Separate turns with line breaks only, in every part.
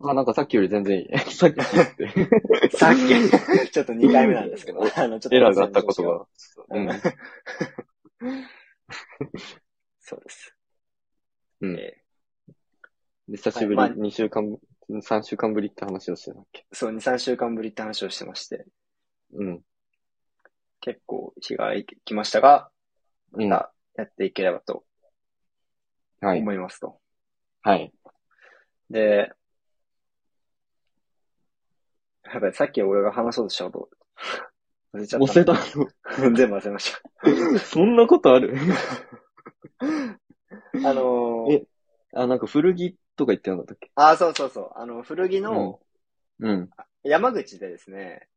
あ、なんかさっきより全然い い。さっきって。
さっき、 ちょっと2回目なんですけど、あの、ちょっと。
エラーがあった ことが。
うん
うん
そうです。
うん。
え
で久しぶり、
はいま
2週間ぶ、3週間ぶりって話をしてたっけ。
ーそう、2、3週間ぶりって話をしてまして、
うん。
結構日が空いてきましたが、
うん。
またやっていければと
はい。
思いますと。
はい。
で、やばい、さっき俺が話そうとしたこと、 忘れちゃった。
忘れた。
全部忘れ ました。
そんなことある
あのー
えあ、なんか古着とか言ってなかったっけ
あ、そうそうそう。あの、古着の
うん。
山口でですね、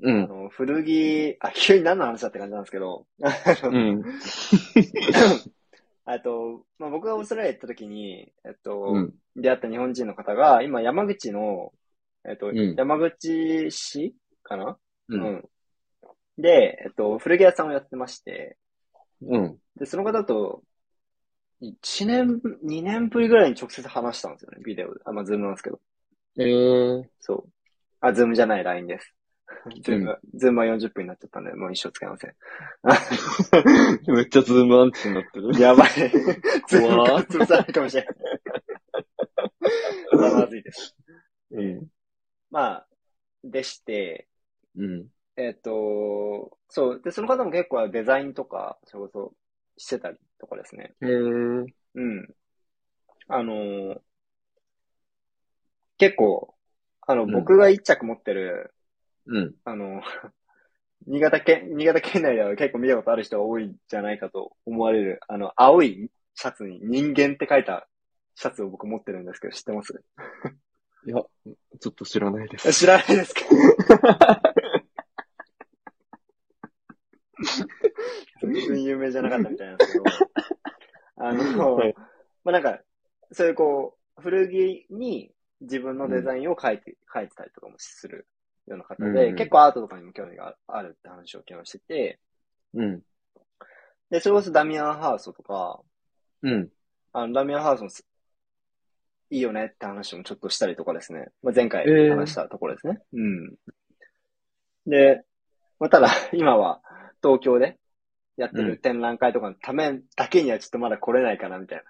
う
あ
ん。
の、古着、あ、急に何の話だって感じなんですけど、
うん。
あと、まあ、僕がオーストラリア行った時に、えっと、
うん。
出会った日本人の方が、今山口の、えっと、
うん
山口市かな、
う。
うんんで、えっと、古着屋さんをやってまして、
うん。
で、その方と、1年、2年ぶりぐらいに直接話したんですよね、ビデオで。あ、まあ、ズームなんですけど。
えー。
そう。あ、ズームじゃない、LINE です。ズーム
う
は、ズームは40分になっちゃったんで、もう一生使いません。
めっちゃズームアンチになってる。
やばい。ズーム
怖
が
っ
潰されるかもしれない。 まあまずいです。
うん。
まあ、でして、
うん。
えっ、と、そう。で、その方も結構デザインとか、それこそしてたりとかですね。
えー。
うん。あのー結構、あの、
うん
僕が一着持ってる、
うん。
あの、 新潟県、新潟県内では結構見たことある人が多いんじゃないかと思われる、あの、青いシャツに人間って書いたシャツを僕持ってるんですけど、知ってます
いや、ちょっと知らないで
え
す。
知らないですか全然有名じゃなかったみたいなんです けど、あの、
はい
まあなんか、そういうこう、古着に自分のデザインを書いて、書いてたりとかもするような方で、
うんうん
結構アートとかにも興味があるって話を昨日してて、
うん。
で、それこそダミアン・ハーストとか、
うん。
あの、ダミアン・ハーストのすいいよねって話もちょっとしたりとかですね。まあ、前回
えー
話したところですね。うん。で、まあ、ただ、 今は東京でやって
うん
る展覧会とかのためだけにはちょっとまだ来れないかなみたい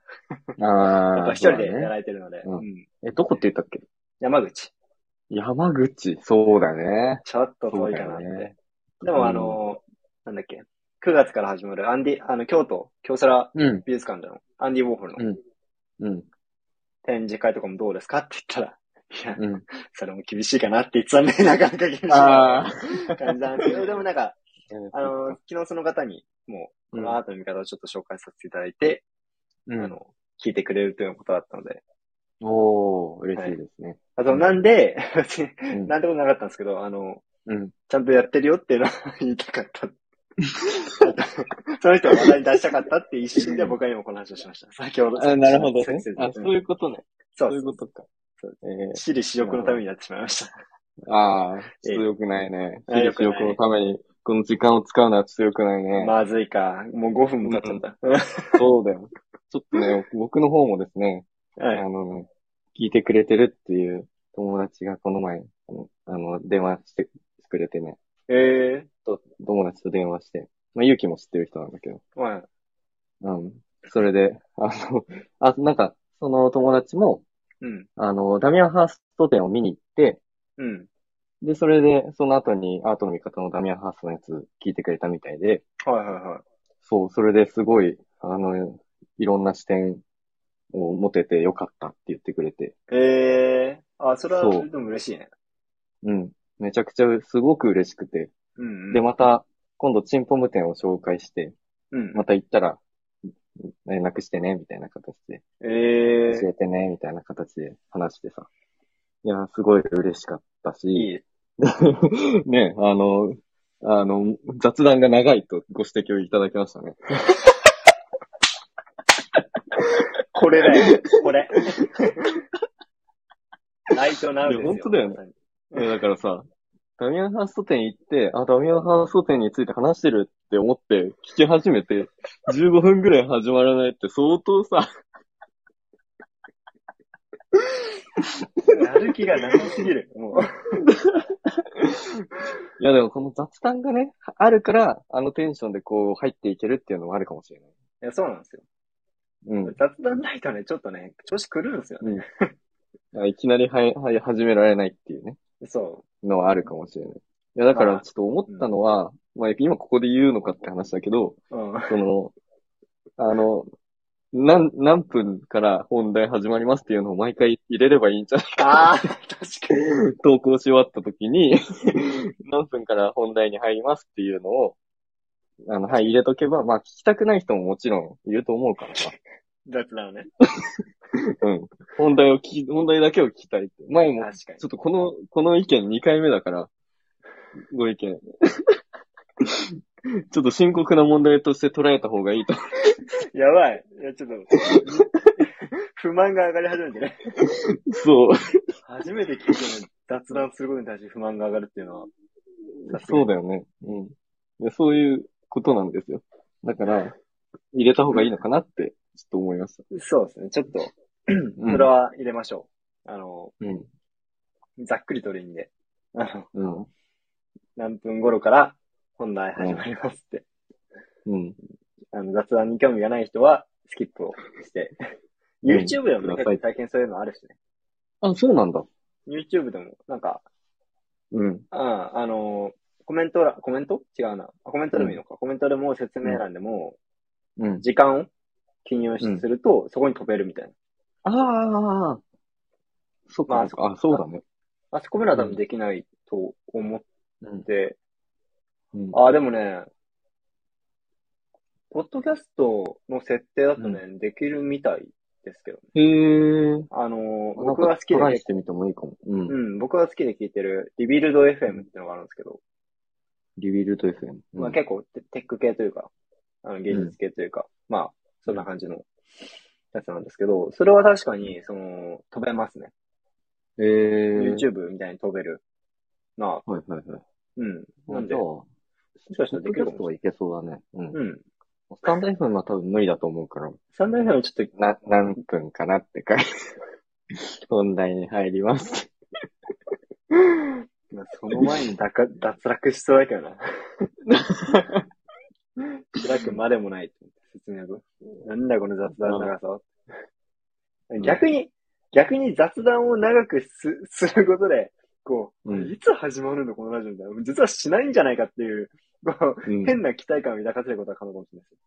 あ
な。
ー。
やっぱ一人
そ
でや
うだね
られてるので。
うん
うん
え、どこって言ったっけ
山口。
山口。そうだね。
ちょっと
そ
遠
う
い
だ
かな
よ
って。
ね。
でも、あの、なんだっけ。9月から始まる、アンディ、あの、京都、京セラ
うん。
美術館での、アンディ・ウォーホルの
うん。
展示会とかもどうですかって言ったら、いや、
うん。
それも厳しいかなって言ってたんで、なかなか厳しい
あ
感じなんですけど、でもなんか、あの、昨日その方に、もう、このアートの見方をちょっと紹介させていただいて、
う
あ
ん。
の、聞いてくれるということだったので、
おー、嬉しいですね。
あと、なんで、 別に
うん
なんてことなかったんですけど、あの、
うん。
ちゃんとやってるよっていうのを言いたかった。その人を話題に出したかったっていう一心で僕は今この話をしました。先ほど。
あなるほどね
先生。
あ、そういうことね。
そ
そうう
で
い
す
う。ことか。
そう
え
私利私欲のためにやってしまいました。
ー、ああ、
ええ
強くないね。
あ良くない
強くのために、この時間を使うのは強くないね。
まずいか。もう5分も経っちゃった。
そうだよ。ちょっとね、僕の方もですね、
はい
あの、聞いてくれてるっていう友達がこの前、あのあの、電話してくれてね、
え
と友達と電話して、まあ、ゆうきも知ってる人なんだけど、
ー、まあ、
うん。それで、あの、あ、なんか、その友達も、
うん、
あの、ダミアンハースト展を見に行って、
うん。
で、それで、その後にアートの見方のダミアンハーストのやつ聞いてくれたみたいで、
はいはいはい。
そう、それですごい、あの、いろんな視点を持ててよかったって言ってくれて、
ええあ、それは、
そう
それでも嬉しいね。
うん。めちゃくちゃすごく嬉しくて。
うん、うん。
で、また、今度チンポム店を紹介して、
うん。
また行ったら、連絡してね、みたいな形で、
ええ
教えてね、みたいな形で話してさ。いや、すごい嬉しかったし、
いい。
ね、あの、あの、雑談が長いとご指摘をいただきましたね。
これだ よ、これ。ライトナウです
い
よ。
や本当だよねいやだからさ、ダミアンハースト店行って、あ、ダミアンハースト店について話してるって思って聞き始めて、15分ぐらい始まらないって相当さ、
やる気がなさすぎる。もう。
いやでもこの雑談がね、あるから、あのテンションでこう入っていけるっていうのもあるかもしれない。
いや、そうなんですよ。
うん。
雑談ないとね、ちょっとね、調子狂うんですよね。
いきなりはい、はい、始められないっていうね、
そ
のはあるかもしれない。いやだからちょっと思ったのは、まあ今ここで言うのかって話だけど、
う。うん。
その、あの、何、何分から本題始まりますっていうのを毎回入れればいいんじゃない
ああ、確かに。
投稿し終わった時に、何分から本題に入りますっていうのを、あの、はい、入れとけば、まあ、聞きたくない人ももちろんいると思うからさ。
雑談をね。
うん。本題を聞き、本題だけを聞きたいって。前も、
確かに
ちょ。っとこの、この意見2回目だから、ご意見。 ちょっと深刻な問題として捉えた方がいいと。
やばい。いや、ちょっと、不満が上がり始めてね。
そう。
初めて聞いての雑談することに対して不満が上がるっていうのは。
そうだよね。うんで。そういうことなんですよ。だから、入れた方がいいのかなって、ちょっと思いました。
そうですね。ちょっと、
うん
それは入れましょう。あの、
うん。
ざっくりとでいいんで。あの、
うん。
何分頃から本題始まりますって。
うん。
あの、雑談に興味がない人は、スキップをして。
うん
YouTube でも
くだ
ね、結
さい
構体験そういうのあるしね。
あ、そうなんだ。
YouTube でも、なんか、
うん。
ああのーコメントら、コメント違うな。あコメントでもいいのか。コメントでも説明欄でも、
うん。
時間を記入し
うん
すると、そこに飛べるみたいな。
ああ、そっ
ま
か、
あ
そっか。あ、そうだね。
あそこまでは多分できないと思っ
うん。
て、
うん。
ああ、でもね、ポッドキャストの設定だとね、できるみたいですけどね。
へえ。
あのー
なん
僕
か
が好きで
トライしてみてもいいかも。うん。
うん、僕が好きで聞いてる、リビルド FM ってのがあるんですけど、
リビルド FM。
まあ結構テテック系というか、あの芸術系というか、まあ、そんな感じのやつなんですけど、それは確かに、その、飛べますね。
構。へえ。
YouTube みたいに飛べるなあ
はいはいはい。
うん。なん
じ
で
ゃあ、、
もしかしたら
ポ
で
ッド
き
キャ
るか
スト
もし
はいけそうだね。うん。
れない。うん。
スタンド FM は多分無理だと思うから、
サンド FM ちょっと、
な、何分かなって書 いて、本題に入ります。
まあその前に脱か脱落しそうだけどな。開くまでもない。説明文。なんだこの雑談の長さは。逆に、逆に雑談を長くす、す ることで、こう、
うん
いつ始まるのこのラジオみたいな。実はしないんじゃないかっていう、こ
う
う、
ん。
変な期待感を抱かせることは可能かもしれないです。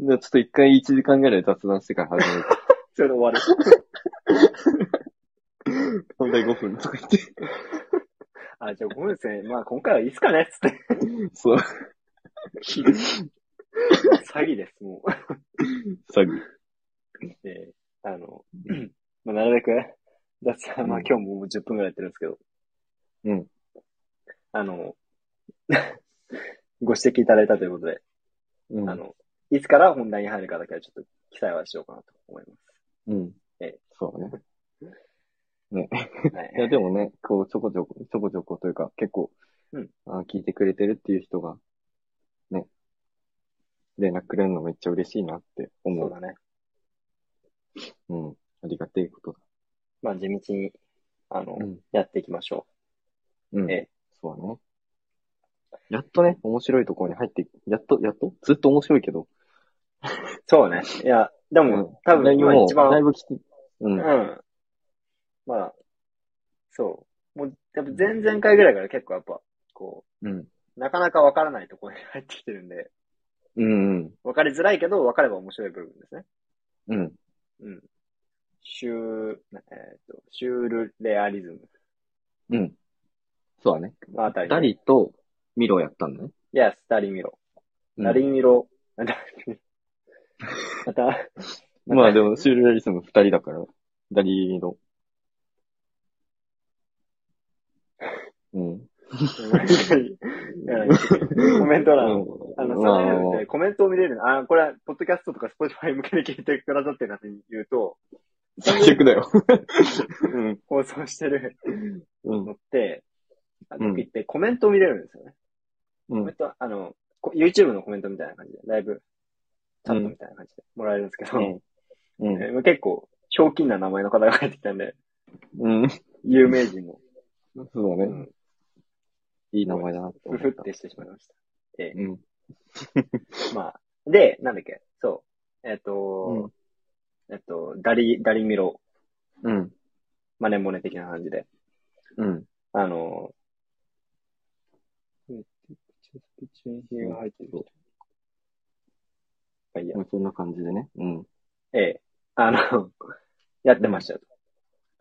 じゃあちょっと一回1時間ぐらい雑談してから始める。
それで終わる。
本題5分とか言って。
あ、じゃあごめんですね。まあ今回はいいっすかねっつって。
そう。
詐欺です、もう。
詐欺。
えーあの、 まあ、なるべく、雑談、まあ
うん
今日ももう10分ぐらいやってるんですけど、
うん。
あの、 ご指摘いただいたということで、
うん。
あの、いつから本題に入るかだけはちょっと記載はしようかなと思いま
うん。
え
そうね。
す。はい
いや、でもね、こう、ちょこちょこ、ちょこちょこというか、結構、
うん
あ聞いてくれてるっていう人が、ね、連絡くれるのめっちゃ嬉しいなって
そ
思
う
う。
だね。
うん。ありがてえことだ。
まあ地道に、あの、
うん
やっていきましょ
うん。
ええ
そうだね。やっとね、面白いところに入って、やっと、やっとずっと面白いけど。
う。そうね。いや、でも、多
だ
分
いぶ
今
もう
一番
だいぶきつい。うん。
うん。まあ、そう。もう、やっぱ前々回ぐらいから結構やっぱ、こ
うん。
う、なかなかわからないところに入ってきてるんで、
うん。うん。
わかりづらいけど、わかれば面白い部分ですね。
うん。
シュー、えっ、と、シュールレアリズム
うん。そうだね。
のあたり
ダリとミロやったんだね。
イエス、ダリミロ。
うん
ダリミロ。 ダリミロまた、
ま あでも、シュールレリスも二人だから、ダリーの。うん。
うんコメント欄、あの、その辺で
う
コメントを見れるの。あ、これは、ポッドキャストとかスポーツファイ向けで聞いてくださってるなって言うと、
ん最悪 だよ。うん。
放送してる
うん
のって、あ
うん
の時ってコメントを見れるんですよね。
う
コ
ん
メン。ト、あの、こ YouTube のコメントみたいな感じで、ライブチャットみたいな感じでもらえるんですけど、
うん。うん。
えー結構、ひょうきんな名前の方が入ってきたんで、
うん。
有名人も、
そう
う
だね。
ん、
いい名前だなって
ふ
思
ふっ
った。
てしてしまいました。
うん。
まあ、で、なんだっけ、そう、え
う
っ、
ん
と、えっと、ダリ、ダリミロ、
うん。
マネモネ的な感じで、
うん。
あの、が入ってる人。まあいいや
まあそんな感じでね。うん。
ええ、あの、 やってましたと。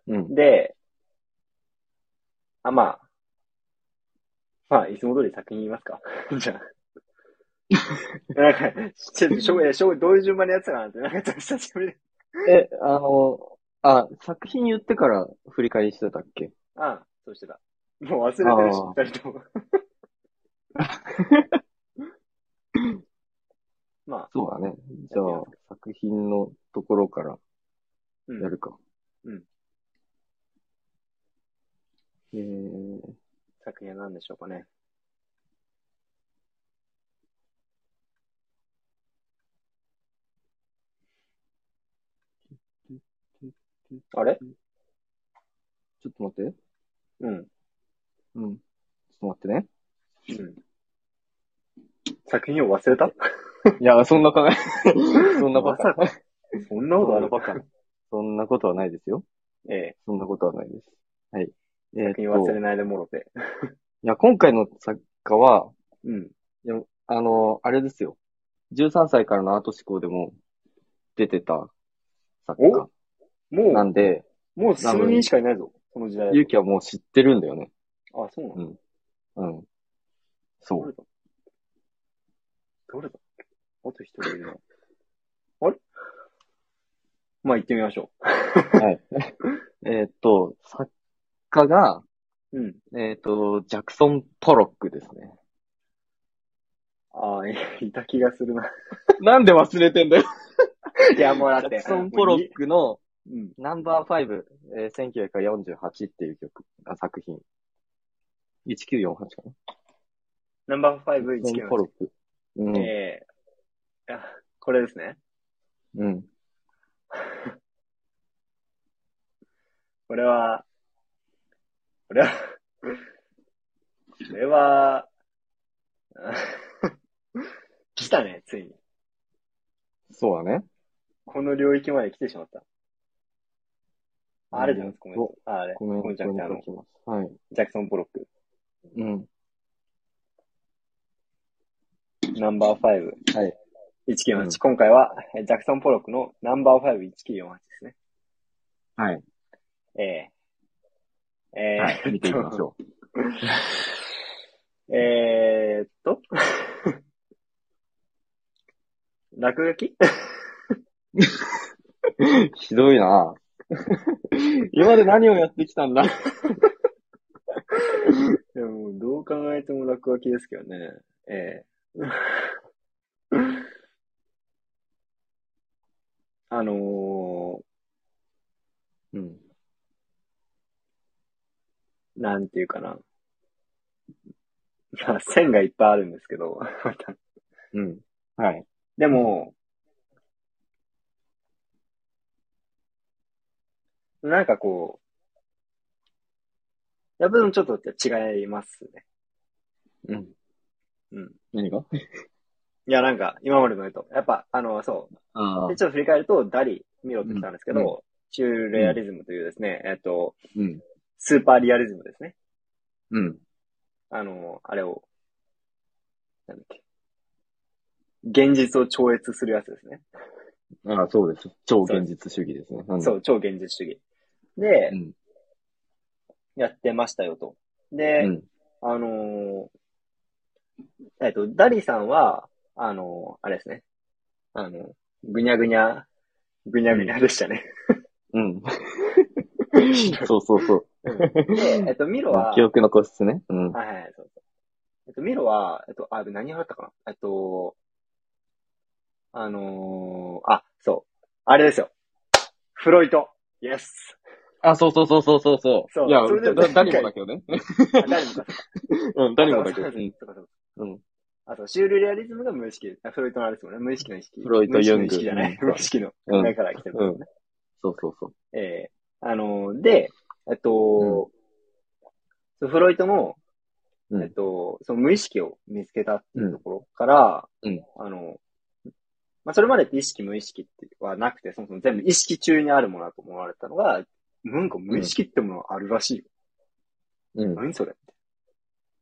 うん。
で、あ、まあ、まあ、いつも通り先に言いますか。 じゃあ。なんか、ちょ、しょ、えしょ、どういう順番でやってたかなって、なんかちょっと久しぶりで。
え、あの、あ、作品言ってから振り返りしてたっけ
ああ、そうしてた。もう忘れてるし
あ、
二人とも。まあ、
そうだね。じゃあ、作品のところから
うん
やるか。
うん。
えー、
作品は何でしょうかね。あれ
ちょっと待って。
うん。
うん。ちょっと待 って
うん。作品を忘れた
ね。いや、そんな考え、 そんなバカ。
そんなことあ
そん
る
なバカな。 そんなことはないですよ。
ええ。
そんなことはないです。はい。えーっ
作
と
品忘れないでもろて。
いや、今回の作家は、
うん。
あの、あれですよ。13歳からのアート思考でも出てた作家な
も
んで、
う、もう数人しかいないぞ。この時代。
ゆうきはもう知ってるんだよね。
あ、そうなの
うん。
ど
そ
れ
う。
だどれだあと一人いるな。あれまあ行ってみましょ
えーっと、作家が、
う。うん。
えーっと、ジャクソン・ポロックですね。
ああ、いいた気が するな。
なんで忘れてん だよ。
いや、もうだっ
ジャ
て。
クソ ン・ポロックの
うん。
ナンバー5、えー、1948っていう曲、あ作品。1948かな。
ナンバ
ジャ
ー
クソン・
519
ポ。ロック。うん。
ええあこれですね。
うん。
これは、これは、これは、 あ来たね、ついに。
そうだね。
この領域まで来てしまった。あれじゃないですか、コメン
ご
ト。ああれ。
コメン
コメント
ト
じゃな
に
くて
書
あの
きます。はい。
ジャクソン・ポロック。
うん。
ナンバー5。
はい。
1948。
うん
今回は、えジャクソン・ポロックのナンバー5、1948ですね。
はい。
えー、えー、
はい。見ていきましょう。
えーっと。 落書き
ひどいな今まで何をやってきたんだ
いやもうどう考えても落書きですけどね。ええ あの
う
ー、
ん。
なんていうかな。まあ、線がいっぱいあるんですけど。
うん。はい。
でも、なんかこう、やっぱでもちょっと違いますね。
うん。
うん。
何が
いや、なんか、今までの絵と。やっぱ、あの、そう。
あ
で、ちょっと振り返ると、ダリ、ミロってきたんですけ
うんう
ど、チューレアリズムというですね、えっと、
うん。
スーパーリアリズムですね。
うん。
あの、あれを、なんだっけ。現実を超越するやつですね。
ああ、そうです。超現実主義ですね。うん、
そう、超現実主義。で、
うん。
やってましたよと。
う
で、
ん。
あのーえっと、ダリさんは、あのーあれですね。あの、ぐにゃぐにゃ、ぐにゃぐにゃでしたね。
うん。そうそうそう。
で、えっと、ミロは、
記憶の個室ね。うん。
はいはい、そうそう。えっと、ミロは、えっと、あ、何払ったかなえっと、あのーあ、そう。あれですよ。フロイト。イ エス。
あ、そうそうそうそうそうそう。
そう
いや
それで、
だ誰もだけどね。
あ誰もか。
うん、誰もだけど。
あ
う。
そうそうんそうそう
うん。
あと、シュールレアリズムが無意識、あフロイトのあれですもんね。無意識の意識。
フロイト
無意識の
ユング
意識じゃない。
うん
無意識の。
うん
だから来てるんですね。
そうそうそう。
えーあのーで、えっと、そのフロイトの、
うん
えっと、その無意識を見つけたっていうところから、
うん
あの、まあ、それまでって意識無意識ってはなくて、そもそも全部意識中にあるものだと思われたのが、なんか無意識ってものがあるらしいよ。
うん。
何それ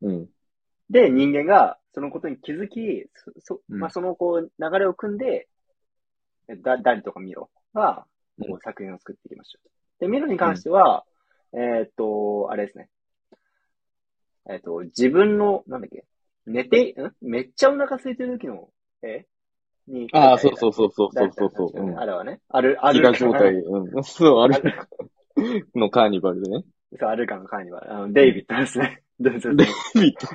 うん。
で、人間がそのことに気づき、そ、そ
うん
まあ、そのこう流れを組んで、だ、誰とかミロ
う
が、
ん
こう作品を作っていきましょう。で、ミロに関しては、えーっと、あれですね。えーっと、自分の、なんだっけ、寝て、んめっちゃお腹空いてる時の絵に。
ああ、そうそうそうそうそうそうそう。
誰々
うん
あれはね、ある、あ
自
る
我状態、うん。そう、あ
あ
れのカーニバルでね。
そう、アルカの会には、あの、デイビッドですね。 デイビッド
デイビッド。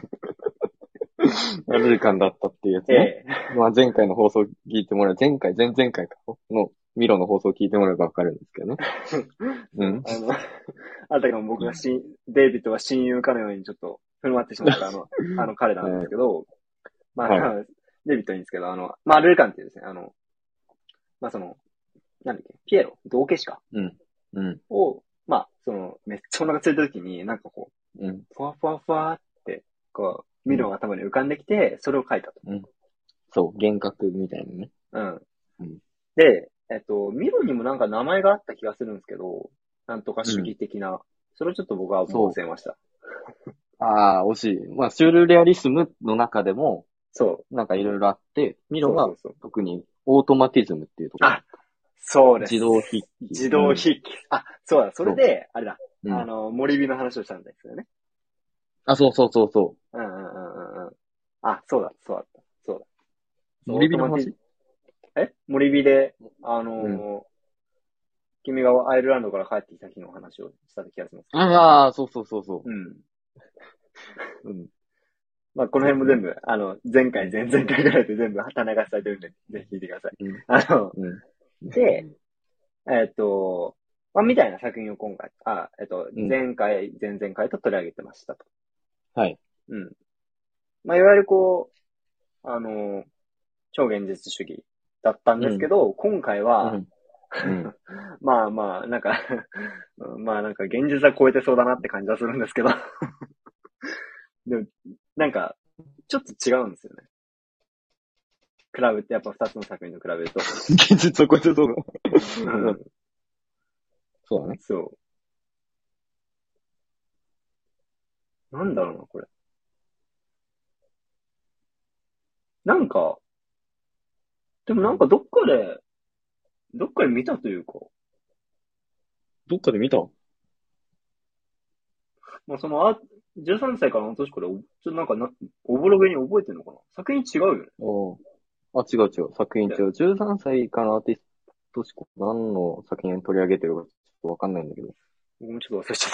アルルカンだったっていうやつね。
ええ
まあ前回の放送聞いてもらえ、前回、前々回か、のミロの放送聞いてもらえばわかるんですけどね。 うん。
あの、 あたかも僕がし、デイビッドは親友かのようにちょっと振る舞ってしまったあの、あの彼なんですけど、まあ、
は
デイビッドはいいんですけど、あの、まあ、ルルカンっていうですね、あの、まあその、なんだっけ、ピエロ、道化師か
うん。
を、まあ、その、めっちゃお腹ついた時に、なんかこ
うん。
う、ふわふわふわって、こう、ミロが頭に浮かんできて、それを描いたと。
そう、幻覚みたいなね。
うん。
うん
で、えっと、ミロにもなんか名前があった気がするんですけど、なんとか主義的な、それをちょっと僕はもう忘れました。
ああ、惜しい。まあ、シュールレアリスムの中でも、
そう。
なんかいろいろあって、ミロ
そ
が
うそう
特にオートマティズムっていうところ。
あそうそうです。
自動筆記。
自動
記。
筆記。あ、そうだ、それで、あれだ、
うん
あの、森火の話をしたんですよね。
あ、そうそうそうそ
うんうんうんうんうん。あ、そうだ、そうだった、そうだ。
う。森火の
オートマテ
話
ィえ森火で、あのー
う
君がアイルランドから帰ってきた日の話をした気がします。
ああ、そうそうそうそ
うん。
う。うん。
まあ、この辺も全部、あの、前回、前々回ぐらいで全部棚流しされてるんで、ぜひ聞いてください。
うん
あの、
うん。
で、えっ、と、まあ、みたいな作品を今回、あ、えっ、と、
うん
前回、前々回と取り上げてましたと。
はい。
うん。まあ、いわゆるこう、あの、超現実主義だったんですけど、今回は、
うんうん。
まあまあ、なんか、 まあなんか現実は超えてそうだなって感じはするんですけど でも、なんか、ちょっと違うんですよね。比べて、やっぱ二つの作品と比べ ると。
現実を超えてそうだ。
う
うんん。そうだね。
そう。なんだろうな、これ。なんか、でもなんかどっかで、どっかで見たというか、
どっかで見た
まあそのあ、13歳からの年これ、おちょっとなんかな、おぼろげに覚えてるのかな作品違うよね。
おあ、違う違う。作品違う。13歳からのアーティストしか何の作品取り上げてるかちょっとわかんないんだけど。
僕もちょっと忘れち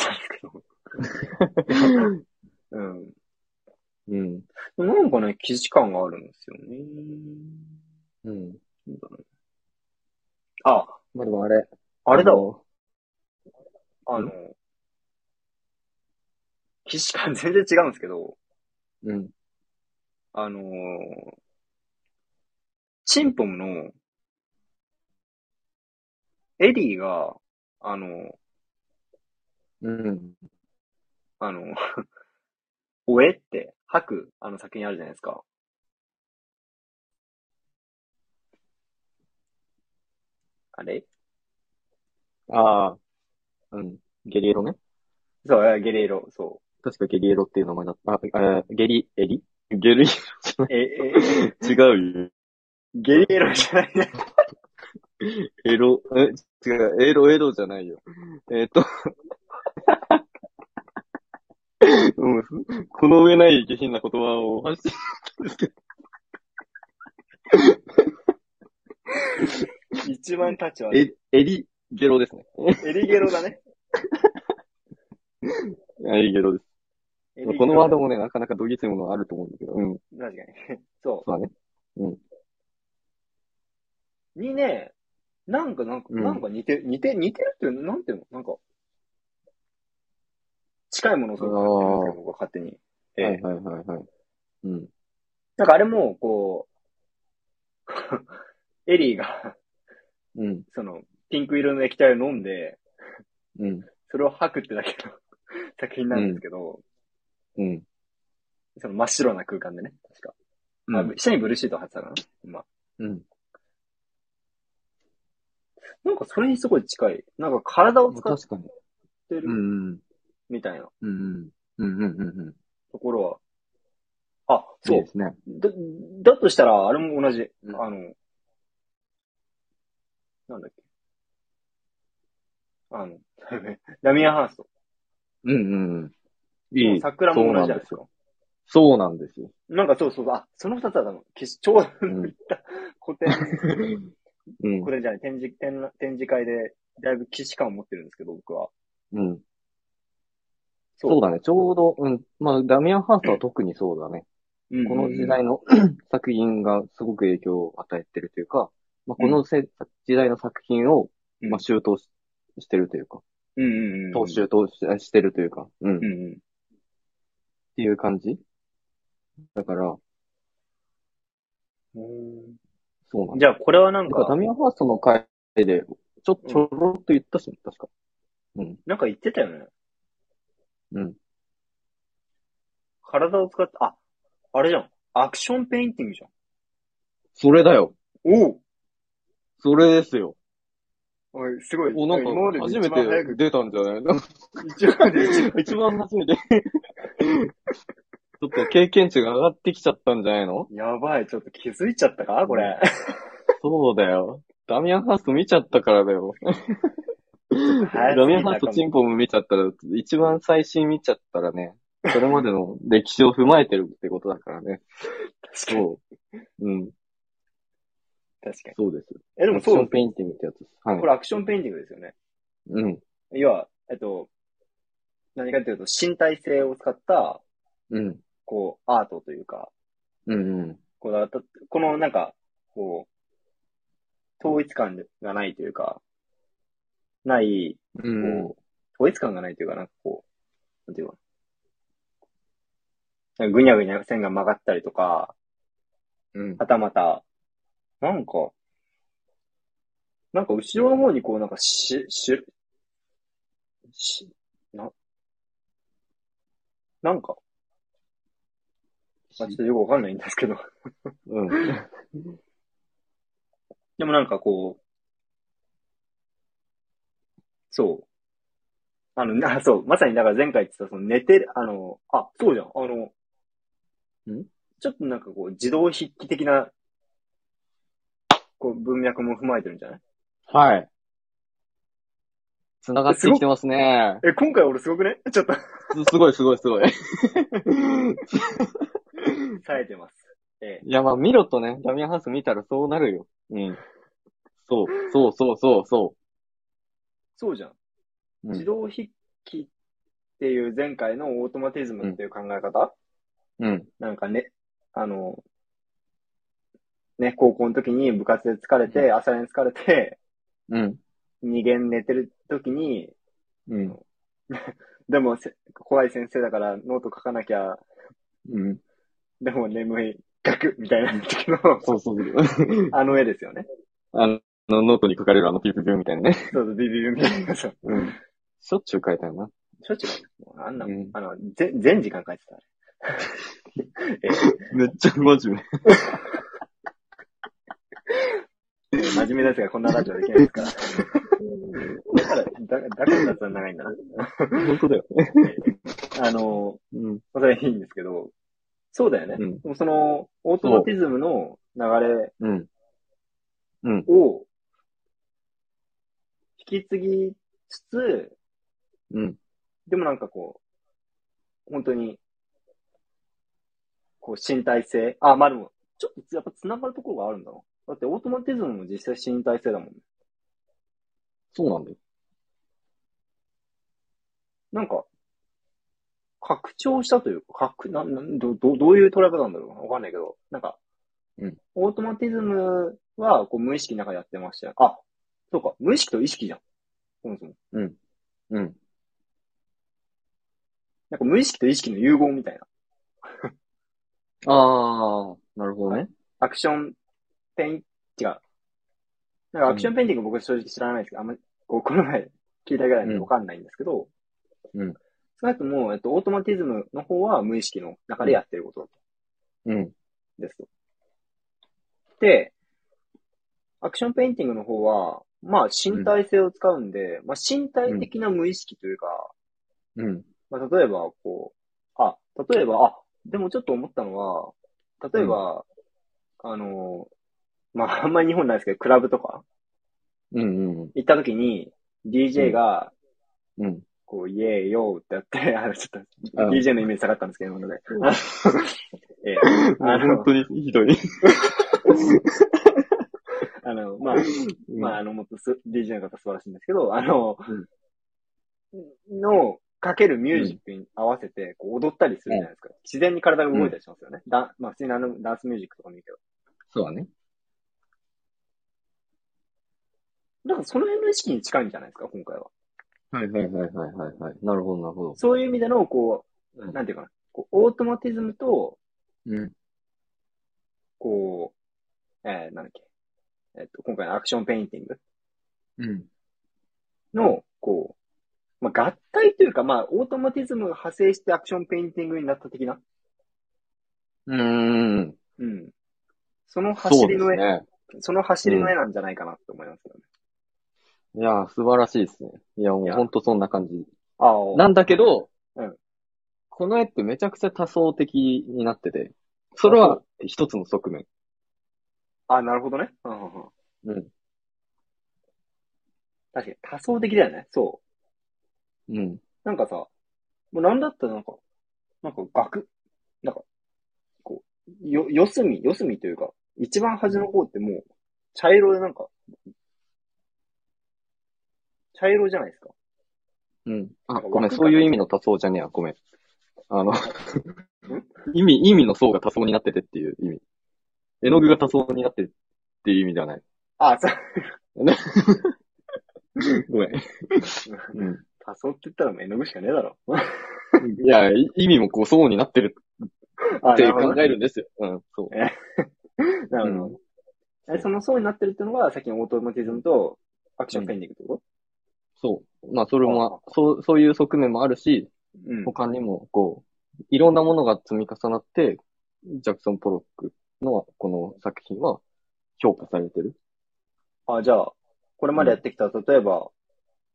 ゃったんですけど。うん。
うん。
でもなんかね、既視感があるんですよね。
うん。
あ、
まあ、でもあれ。
あれだわ。
わ。
あの、既視感全然違うんですけど、
うん。
あのーチンポムの、エリーが、あの
うん。
あの、 おえって吐く、あの作品あるじゃないですか。あれ
ああ。うん。ゲリエロね。
そう、あゲレーロ、そ
確かゲリエロっていう名前だった。あ、あゲリエリゲリ
う。え、え、え
違うよ。
ゲレーロじゃないね。
エロ、え、違う、エロエロじゃないよ。えっ、と、うん、この上ない下品な言葉を発信したんですけど、
一番立ち悪い。
え、エリゲロですね。
エリゲロだね。
エリゲロです。
エリゲロ
このワードもね、なかなかどぎついものがあると思うんだけど、うん、
確かに。 そ
そうだね。
う。にね、なんか、なんか、
うん
なんか似てる、似て、似てるっていうの、なんていうのなんか、近いものをそう感じてるんですよ、僕は勝手に。ええ
はいはいはいはい。うん。
なんかあれも、 こう、エリーが、
うん。
その、ピンク色の液体を飲んで、
うん。
それを吐くってだけの 作品なんですけど、
うん。
その真っ白な空間でね、確か。あ
うん
下にブルーシート貼ってたかな今。
うん。
なんかそれにすごい近い。なんか体を使っ
確かに。
て
う
る
ん。
みたいな
うん。うん。うん。うん。うん。
ところは。あ、
そ
そうう
で。すね。
だ、だとしたら、あれも同じ。
うん
あの、なんだっけ。あの、 ダミアンハースト。
うん。うん。いい。
桜も同じじゃないです
そう
か。
そうなんですよ。
なんかそうそうそう、あ、その二つだったの。決しちょうど
う ん。
古典、
うん
古。典じゃない、展示、展覧展示会で、だいぶ既視感を持ってるんですけど、僕は。
うん。
そう
そうだね。ちょうど、うん。まあ、ダミアン・ハーストは特にそうだね。
うん
この時。代 の作品がすごく影響を与えてるというか、まあ、このせ、時代の作品を、
うん
まあ、周到ししてるというか、
うんうんうん。
踏襲とししてるというか、うん、
う
っ
んうん。
ていう感じだから、そうなんだ。
じゃあ、これはなん
だからダ
か、
ミアン・ハーストの回で、ちょ、ちょろっと言ったし、確か。
なんか言ってたよね。
うん。
体を使って、あ、あれじゃん。アクションペインティングじゃん。
それだよ
おう
それですよ
おい、すごい。
お、なんか
今まで、で
初
一
め
番早
て
く。
出たんじゃない
一番で一番
一番初めて。ちょっと経験値が上がってきちゃったんじゃないの
やばい、ちょっと気づいちゃったか これ。
そうだよ。ダミアンハースト見ちゃったからだよ。
早すぎた
ダミアンハーストチンポも見ちゃったら、一番最新見ちゃったらね、それまでの歴史を踏まえてるってことだからね。
確かに。
そう。うん、
確かに。
そうです。
え、でもそう
アクショ
で
ン
す
ペインティングってやつです。はい
こ。れアクションペインティングですよね。
うん、
要は、えっと、何かというと、身体性を使った、
うん、
こう、アートというか、
うん、うん。
こうだった、このなんか、こう、統一感がないというか、ない、
うん、
こう、統一感がないというか、なんかこう、なんていうか、なんかぐにゃぐにゃ線が曲がったりとか、
うん、
はたまた、なんか、なんか後ろの方にこう、なんかし、し、し、な、なんか、まあ、ちょっとよくわかんないんですけど、
うん、
でもなんかこう、そう。あの、 な、そう、まさにだから前回言ってた、その寝てる、あの、あ、そうじゃん、あの、
ん
ちょっとなんかこう、自動筆記的な、こう、文脈も踏まえてるんじゃない
はい。繋がってきてますね。
え、今回俺すごくね ちょっと、
すすごいすごいすごい。
冴えてます。ええ、
いや、まあ見ろとね、ダミアンハウス見たらそうなるよ。うん。そう、そうそうそう、そ
そうじゃん。
う。う
自
ん。
動筆記っていう前回のオートマティズムっていう考え方、
うん。
なんかね、あの、ね、高校の時に部活で疲れて、朝練疲れて、
うん。
二限寝てる時に、
うん。
でもせ怖い先生だからノート書かなきゃ、
うん。
でも眠い、書くみたいな時の、
そうそう そう。
あの絵ですよね。
あの、ノートに書かれるあのピュピュピュみたいなね。
そうそう、ビビビみたいな。そう
うん。しょっちゅう書いたよな。
しょっちゅうもうあんな、
うん
あの、ぜ全時間書いてた。
めっちゃ真面目。
真面目ですが、こんなラジオできないですから。だから、だだから雑談長いんだな。
本当だよ。
あの、
うん。
それはいいんですけど、そうだよね。
うん
でもその、オートマティズムの流れ、
うん。
を引き継ぎつつ、
うん。
でもなんかこう、本当に、こう身体性、あ、まあでも、ちょっとやっぱ繋がるところがあるんだな。だってオートマティズムも実際身体性だもんね。
そうなんだよ。
なんか、拡張したというか、拡、なん、なん、ど、どどういう捉え方なんだろうなわかんないけど、なんか、
うん
オートマティズムは、こう、無意識の中でやってましたよ。あ、そうか、無意識と意識じゃん。そもそも。
うん。
なんか無意識と意識の融合みたいな。
あー、なるほどね。
アクションペイン、違う。なんかアクションペインティング僕正直知らないですけど、あんまり、こう、この前聞いたぐらいでわかんないんですけど、
うん。
少なくとも、えっと、オートマティズムの方は無意識の中でやってることだと
うん。
ですと。で、アクションペインティングの方は、まあ身体性を使うんで、まあ身体的な無意識というか、
うん。
まあ例えばこう、あ、例えば、あ、でもちょっと思ったのは、例えば、あの、まああ んまり日本ないですけど、クラブとか
うん。うん。
行った時に、DJ が、
うん。
こう、イエーイヨーってやって、 あの、ちょっと
う、ん
DJ のイメージ下がったんですけど、今の で。 ええあの
本当にひ どい。
あの、まあ、まあ、
あ、
あの、もっとす DJ の方素晴らしいんですけど、あの
うん、
の、かけるミュージックに合わせて、こう、踊ったりするじゃないですか。自然に体が動いたりしますよね。だまあ、普通にあの、ダンスミュージックとかもいいけど。
そうだね。
なんか、その辺の意識に近いんじゃないですか、今回は。
はいはいはいはいはいはい。なるほどなるほど。
そういう意味での、こ
う
う、
ん
なんていうかな、こう、オートマティズムと、
うん。
こう、えー、なんだっけ、えっと、今回のアクションペインティング
うん。
の、こう、まあ、合体というか、まあ、オートマティズムが派生してアクションペインティングになった的な。
うん。
うん。その
そ
走
う
り
で
の
す
絵、
ね。
その走りの絵なんじゃないかなって思いますけどね。
いやー、素晴らしいですね。いや、も
いうや
ほんとそんな感じ。
ああ。
なんだけ、ど、
うん
この絵ってめちゃくちゃ多層的になってて、それは一つの側面。
あなるほどね。うんうんうん
うん。
確かに多層的だよね。そ
うん。
う。なんかさ、もうなんだったらなんか、なんか額、なんか、こう、よ、四隅、四隅というか、一番端の方ってもう、茶色でなんか、茶色じゃないですか。
うん。あ、
なんか
ごめん、
枠が
そういう意味の多層じゃねえや。ごめん。あの、 意味、意味の層が多層になっててっていう意味。絵の具が多層になってるっていう意味ではない。
あそう。
ごめん。うん。
多層って言ったらもう絵の具しかね えだろ。
いや、い意味もこう層になってる
あ
って
なほど
考えるんですよ。うん、そう。
なるほど。え、その層になってるっていうのが、さっきのオートマティズムとアクションペンディングってこ
そう。まあ、それも、そう、そういう側面もあるし、
とうん。
他にも、こう、いろんなものが積み重なって、ジャクソン・ポロックの、この作品は評価されてる。
あ、じゃあ、これまでやってきた、例えば、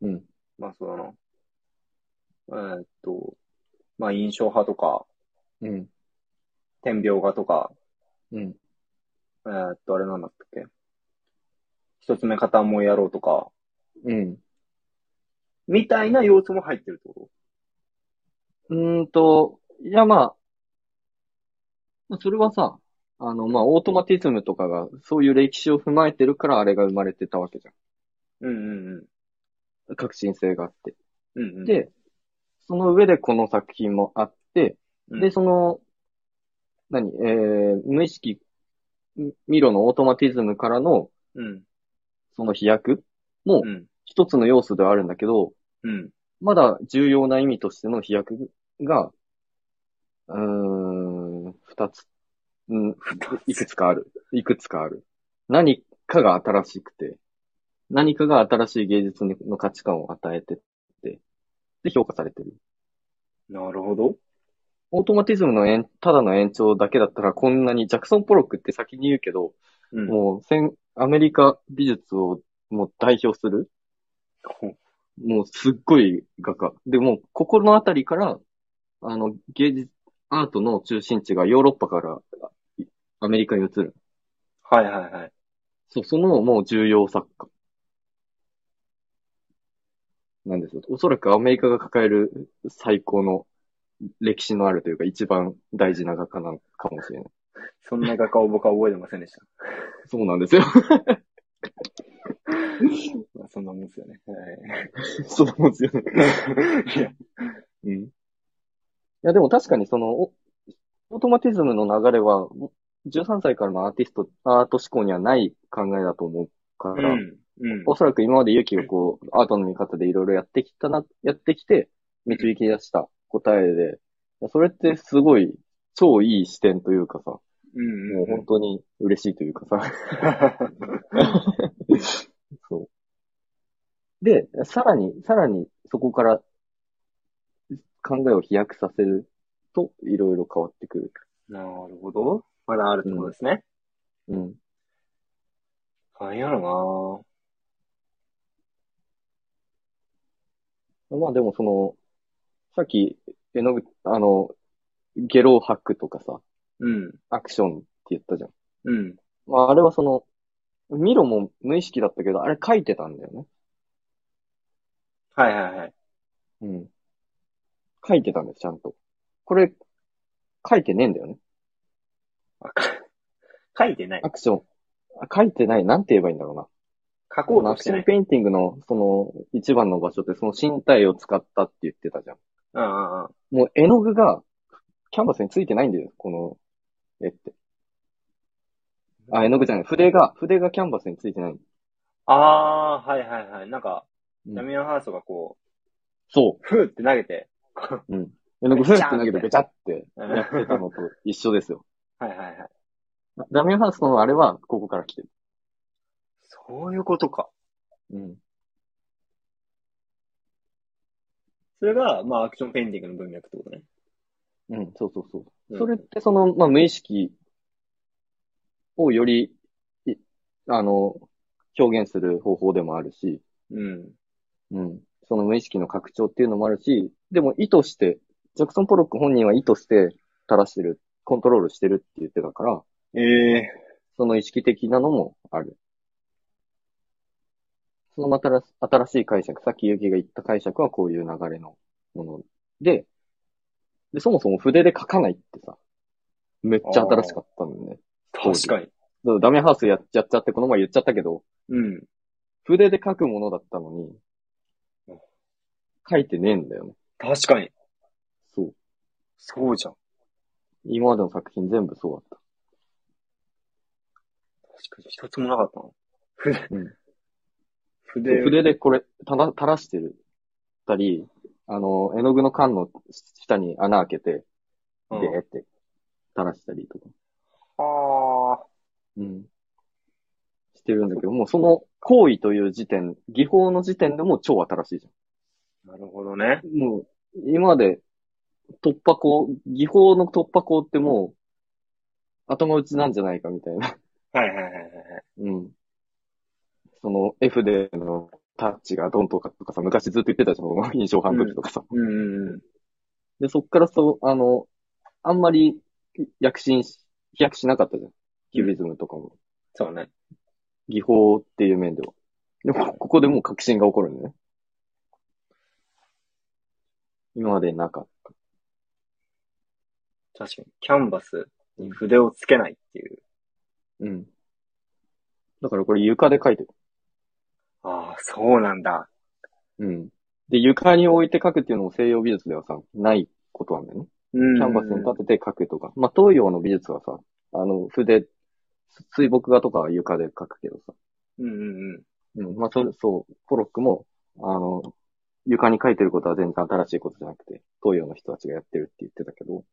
うん。
まあそうだな。えーっと、まあ印象派とか、
うん。
点描画とか、
うん。
えーっと、あれなんだったっけ。一つ目片思いやろうとか、
うん。
みたいな要素も入ってるってこ
うーんと、いや、まあ、まあそれはさ、あの、まあ、オートマティズムとかが、そういう歴史を踏まえてるから、あれが生まれてたわけじゃ
とうんうんうん
ん。革新性があって。。
うんうん、
で、その上でこの作品もあって、
うん、
で、その、何、えー、無意識、ミミロのオートマティズムからの、
うん、
その飛躍も
うん、
一つの要素ではあるんだけど、
うん。
まだ重要な意味としての飛躍が、うーん、二つ、うん、いくつかある。いくつかある。何かが新しくて、何かが新しい芸術にの価値観を与えてって、で評価されてる。
なるほど。
オートマティズムの延ただの延長だけだったら、こんなに、ジャクソン・ポロックって先に言うけど、
うん。
もう、先アメリカ美術をもう代表する、もうすっごい画家。で、もう、ここのあたりから、あの、芸術、アートの中心地がヨーロッパからいアメリカに移る。
はいはいはい。
そう、そのもう重要作家。なんですよ。おそらくアメリカが抱える最高の歴史のあるというか、一番大事な画家なのかもしれない。
そんな画家を僕は覚えてませんでした。
そうなんですよ。
まあ、そんなもんですよね。はい
そう思うんですよね。
いや、
うん。いや、でも確かにその、おオートマティズムの流れは、13歳からのアーティスト、アート思考にはない考えだと思うか
う
ら、
ん、うん。
おそらく今までユキをこう、アートの見方でいろいろやってきたな、やってきて、導き出した答えで、それってすごい、超いい視点というかさ、
うん
もう本当に嬉しいというかさ。そう。で、さらに、さらにそこから考えを飛躍させるといろいろ変わってくる。
なるほど。まだあるってことですね。
うん。
なんやろ
まあでもその、さっき、えのぐ、あの、ゲロを吐くとかさ、
なうん。
アクションって言ったじゃん。
うん。
まああれはその、ミロも無意識だったけど、あれ書いてたんだよね。
はいはいはい。
うん。書いてたんです、ちゃんと。これ、書いてねえんだよね。
あか書いてない。
アクション。あ書いてない。なんて言えばいいんだろうな。
書こう
ア
と
クシ
して
ョ
な
ン
い。
ペインティングの、その、一番の場所って、その身体を使ったって言ってたじゃん。
うんうんうん。
もう絵の具が、キャンバスについてないんだよ、この絵って。あ、絵の具じゃない。筆が、筆がキャンバスについてない。
あー、はいはいはい。なんか、
うん
ダミアンハーストがこ、
そう
ふーって投げ て、こう
う。絵の具ふって投げてべちゃって
う
や
ん
ってたのと一緒です よ。
はいはいはい。
ダミアンハーストのあれは、ここから来てる。
そういうことか。
うん。
それが、まあ、アクションペインティングの文脈ってことね。
うん、そうそうそう。
うん
それってその、まあ、無意識をより、いあの、表現する方法でもあるし、
うん。
うん。その無意識の拡張っていうのもあるし、でも意図して、ジャクソン・ポロック本人は意図して垂らしてる、コントロールしてるって言ってたから、
ええ
その意識的なのもある。そのまたら新しい解釈、さっきユキが言った解釈はこういう流れのもので、で、そもそも筆で書かないってさ、めっちゃ新しかったんだよね。
確かに。
だからダメハウスやっちゃっちゃってこの前言っちゃったけど、
うん。
筆で書くものだったの
うん
に、書いてねえんだよね。
確かに。
そう。
そうじゃん。
今までの作品全部そうだっ
確かに。一つもなかったな。筆。
うんた。
筆。
そう筆でこれ、たら垂らしてるたり、あの、絵の具の缶の下に穴開けて、
うん
でーって垂らしたりとか、
あ
うん。してるんだけど、もうその行為という時点、技法の時点でもう超新しいじ
あ。なるほど
ゃ
ね。
ん。もう、今まで突破口、技法の突破口ってもう、頭打ちなんじゃないかみたいな。
はいはいはいはいはい。
うん。その F でのタッチがどんとかとかさ、昔ずっと言ってたじゃん、その印象派の時とかさ。
うんうんうん。
で、そっからそう、あの、あんまり躍進し、飛躍しなかったじゃん。キュビズムとかも。
そうね。
技法っていう面では。でも、ここでもう革新が起こるんだよね。今までなかっ
確かに。キャンバスに筆をつけないっていう。
た。うん。だからこれ床で書いてる。
ああ、そうなんだ。
うん。で、床に置いて書くっていうのも西洋美術ではさ、ないことなんだよね。
うん。
キャンバスに立てて書くとか。まあ、東洋の美術はさ、あの、筆、水墨画とかは床で書くけどさ。
うんうんうん。
うん。まあ、それ、そう、ポロックも、あの、床に書いてることは全然新しいことじゃなくて、東洋の人たちがやってるって言ってたけど、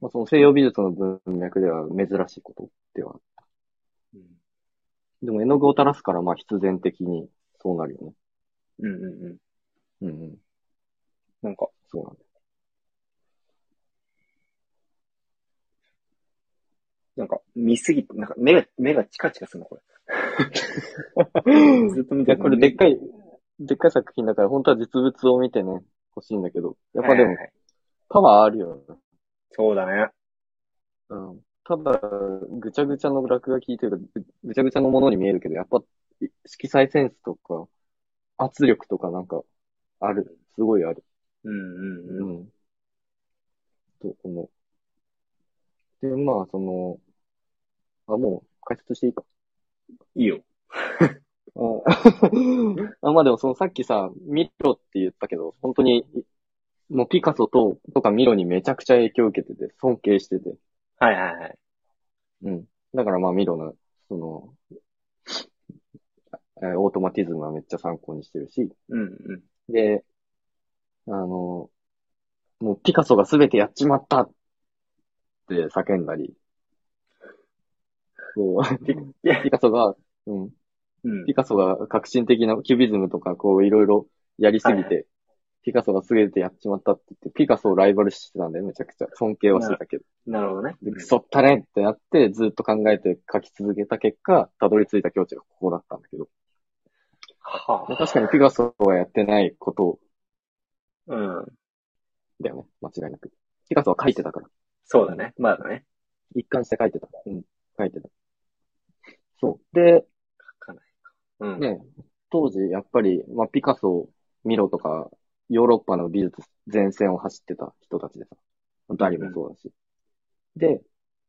まあ、その西洋美術の文脈では珍しいことでは。
うん
でも絵の具を垂らすから、まあ、必然的にそうなるよね。
うんうんうん。
うんうん。
なんか、
そうなんだ。
なんか、見すぎて、なんか、目が、目がチカチカするの、こ れ。ずっと見
い
て
や、
る
これでっかい、でっかい作品だから、本当は実物を見てね、欲しいんだけど、やっぱで
は
も
いはいはい
パワーあるよね。
そうだね。
うんただ、ぐちゃぐちゃの落書きというか、ぐぐちゃぐちゃのものに見えるけど、やっぱ、い色彩センスとか、圧力とかなんか、ある。すごいある。
うんうん
う
うん。
ん。と思う。で、まあ、その、あ、もう、解説していいか。
いいよ。
ああまあでも、そのさっきさ、ミロって言ったけど、本当に、もうピカソと、とかミロにめちゃくちゃ影響を受けてて、尊敬してて。
はいはいはい。
うん。だからまあ、ミロの、その、えーオートマティズムはめっちゃ参考にしてるし、
うんうん。
で、あの、もうピカソが全てやっちまったって叫んだり、そう。
ピいや
ピカソが、うん。
うん
ピ。カソが革新的なキュビズムとか、こう、いろいろやりすぎて、ピカソがすべてやっちまったって言って、ピカソをライバル視してたんだよ、めちゃくちゃ。尊敬はしてたけど。
なるほどね。
で、クソったれんってなって、ずっと考えて書き続けた結果、たどり着いた境地がここだったんだけど。
は
まあ確かにピカソはやってないこと
あ。うん。
だよね、間違いなく。ピカソは書いてたから。
そうだね。まあだね。
一貫して書いてた。うん、書いてた。そう。で、
書かないか。うん。
ね、当時、やっぱり、まあ、ピカソ、ミロとか、ヨーロッパの美術前線を走ってた人たちでさ、ダリもそうだし。で、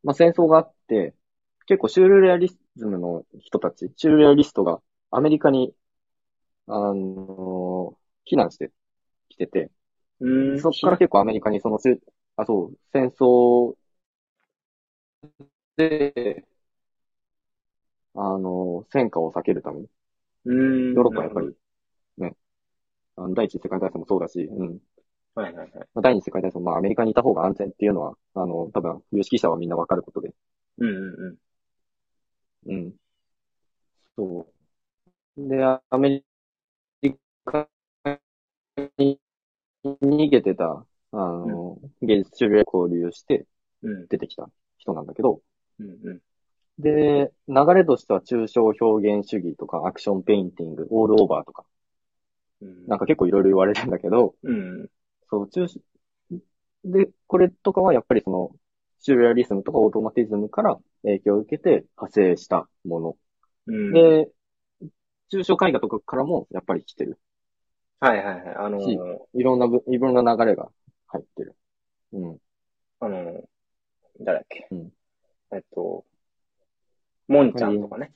まあ、戦争があって、結構シュールレアリズムの人たち、シュールレアリストがアメリカに、あの避難してきてて、
うん。
そっから結構アメリカにそのシュ、あ、そう、戦争で、あの戦火を避けるために、
うん。
ヨーロッパはやっぱり、ね。あの第一次世界大戦もそうだし、うん。
なるほど。はいはいはい。
まあ、第二次世界大戦も、まあ、アメリカにいた方が安全っていうのは、あの、多分、有識者はみんなわかることで。
うんうんうん。
うん。そう。で、アメリカに逃げてた、あの、芸術種類を交流して
うん。
出てきた人なんだけど、
うんうん。
で、流れとしては抽象表現主義とかアクションペインティング、オールオーバーとか、
うん。
なんか結構いろいろ言われるんだけど、
うん。
そう、中心、で、これとかはやっぱりその、シューレアリスムとかオートマティズムから影響を受けて派生したも
うん。
の。、で、抽象絵画とかからもやっぱり来てる。
はいはいはい。あのー
しいろんなぶ、いろんな流れが入ってる。うん。
あのー誰だっけ。
うん
えっと、モンちゃんとかね。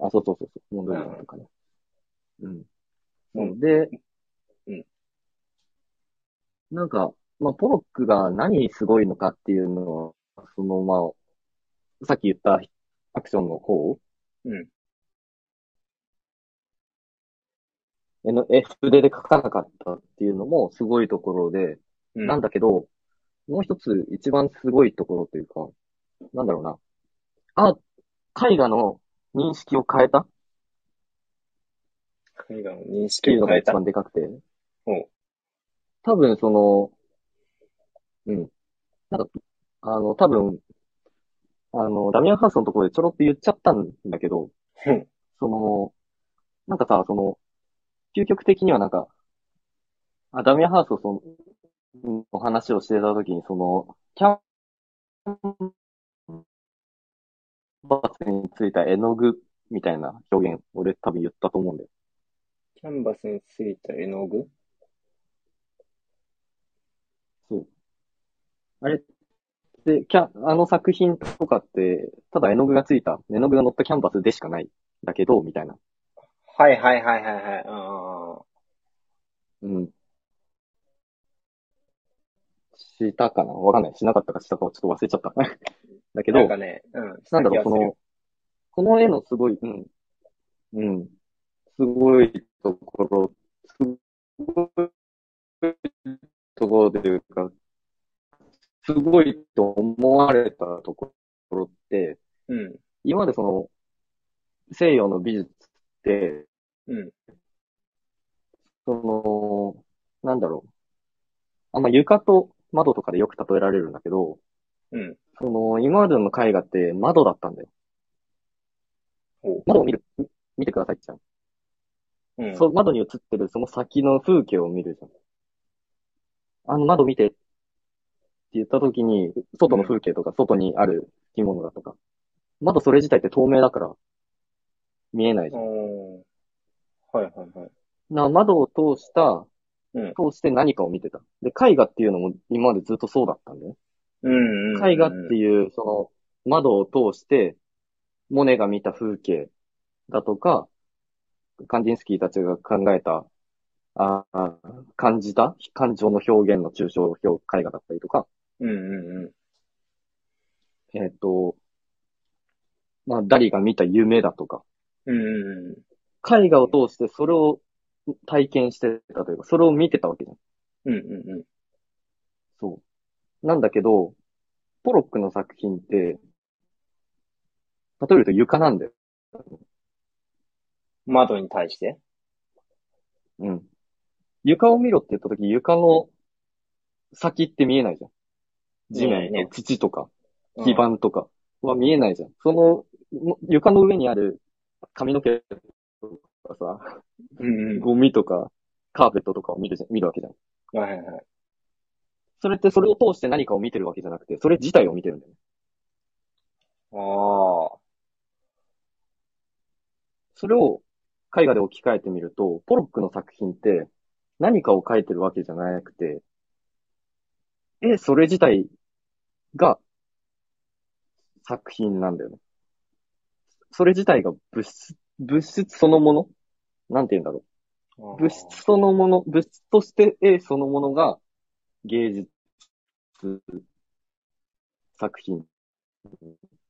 あ、そうそうそうそう。モンドリアンとかね。うん。
う
そうで、
うん
なんか、まあ、ポロックが何すごいのかっていうのは、その、まあ、さっき言ったアクションの方
うん。
えの、え、筆で書かなかったっていうのもすごいところで、
う
なんだけど、もう一つ一番すごいところというか、なんだろうな。あ、絵画の認識を変えたっ
絵画の認
て
識
いうの
を
が
変え
一
た。
番でかくて。
う
多分その、うん。なんか、あの、多分、あの、ダミアンハウスのところでちょろっと言っちゃったんだけど、
うん
その、なんかさ、その、究極的にはなんか、あダミアンハウスをその、の話をしてたときに、その、キャンバスについた絵の具みたいな表現、俺多分言ったと思うんだよ。
キャンバスについた絵の具
そう。あれって、キャ、あの作品とかって、ただ絵の具がついた、絵の具が乗ったキャンバスでしかない、だけど、みたいな。
はいはいはいはいはい。うんうんうん
うん。したかなわかんない。しなかったかしたかをちょっと忘れちゃった。だけど、
なんかね、うん。
なんだろう、この、この絵のすごい、うん、うん、すごいところ、すごいところというか、すごいと思われたところって、
うん。
今までその、西洋の美術って、
うん。
その、なんだろう。あんま床と窓とかでよく例えられるんだけど、
うん。
その、今までの絵画って窓だったんだよ。
ほ
窓を見る、見てくださいじゃん。
う。うん。
そ窓に映ってるその先の風景を見るじゃん。あの窓見てって言った時に、外の風景とか、外にある着物だとか。窓それ自体って透明だから、見えないじゃん。
おーはいはいはい。
な、窓を通した、
うん
通して何かを見てた。で、絵画っていうのも今までずっとそうだったんだよね。
うんうん。
絵画っていう、その、窓を通して、モネが見た風景だとか、カンディンスキーたちが考えた、ああ感じた感情の表現の抽象表絵画だったりとか、
うんうんうん。
えっ、と、まあ、ダリが見た夢だとか、
うんうんうん。
絵画を通してそれを体験してたというか、それを見てたわけじゃん。
うんうんうん。
そう。なんだけど、ポロックの作品って、例えると床なんだよ。
窓に対して。
うん。床を見ろって言った時、床の先って見えないじゃん。地
見えない
面
ね
と土とか、
うん
基盤とかは見えないじゃん。その、も床の上にある髪の毛とかさ、
うんう
ゴミとか、カーペットとかを見るじゃん、見るわけじゃん。
ん。はいはいはい。
それってそれを通して何かを見てるわけじゃなくて、それ自体を見てるんだよね。
ああ。
それを絵画で置き換えてみると、ポロックの作品って何かを描いてるわけじゃなくて、え、それ自体が作品なんだよね。それ自体が物質、物質そのものなんて言うんだろう。物質そのもの、物質として絵そのものが芸術作品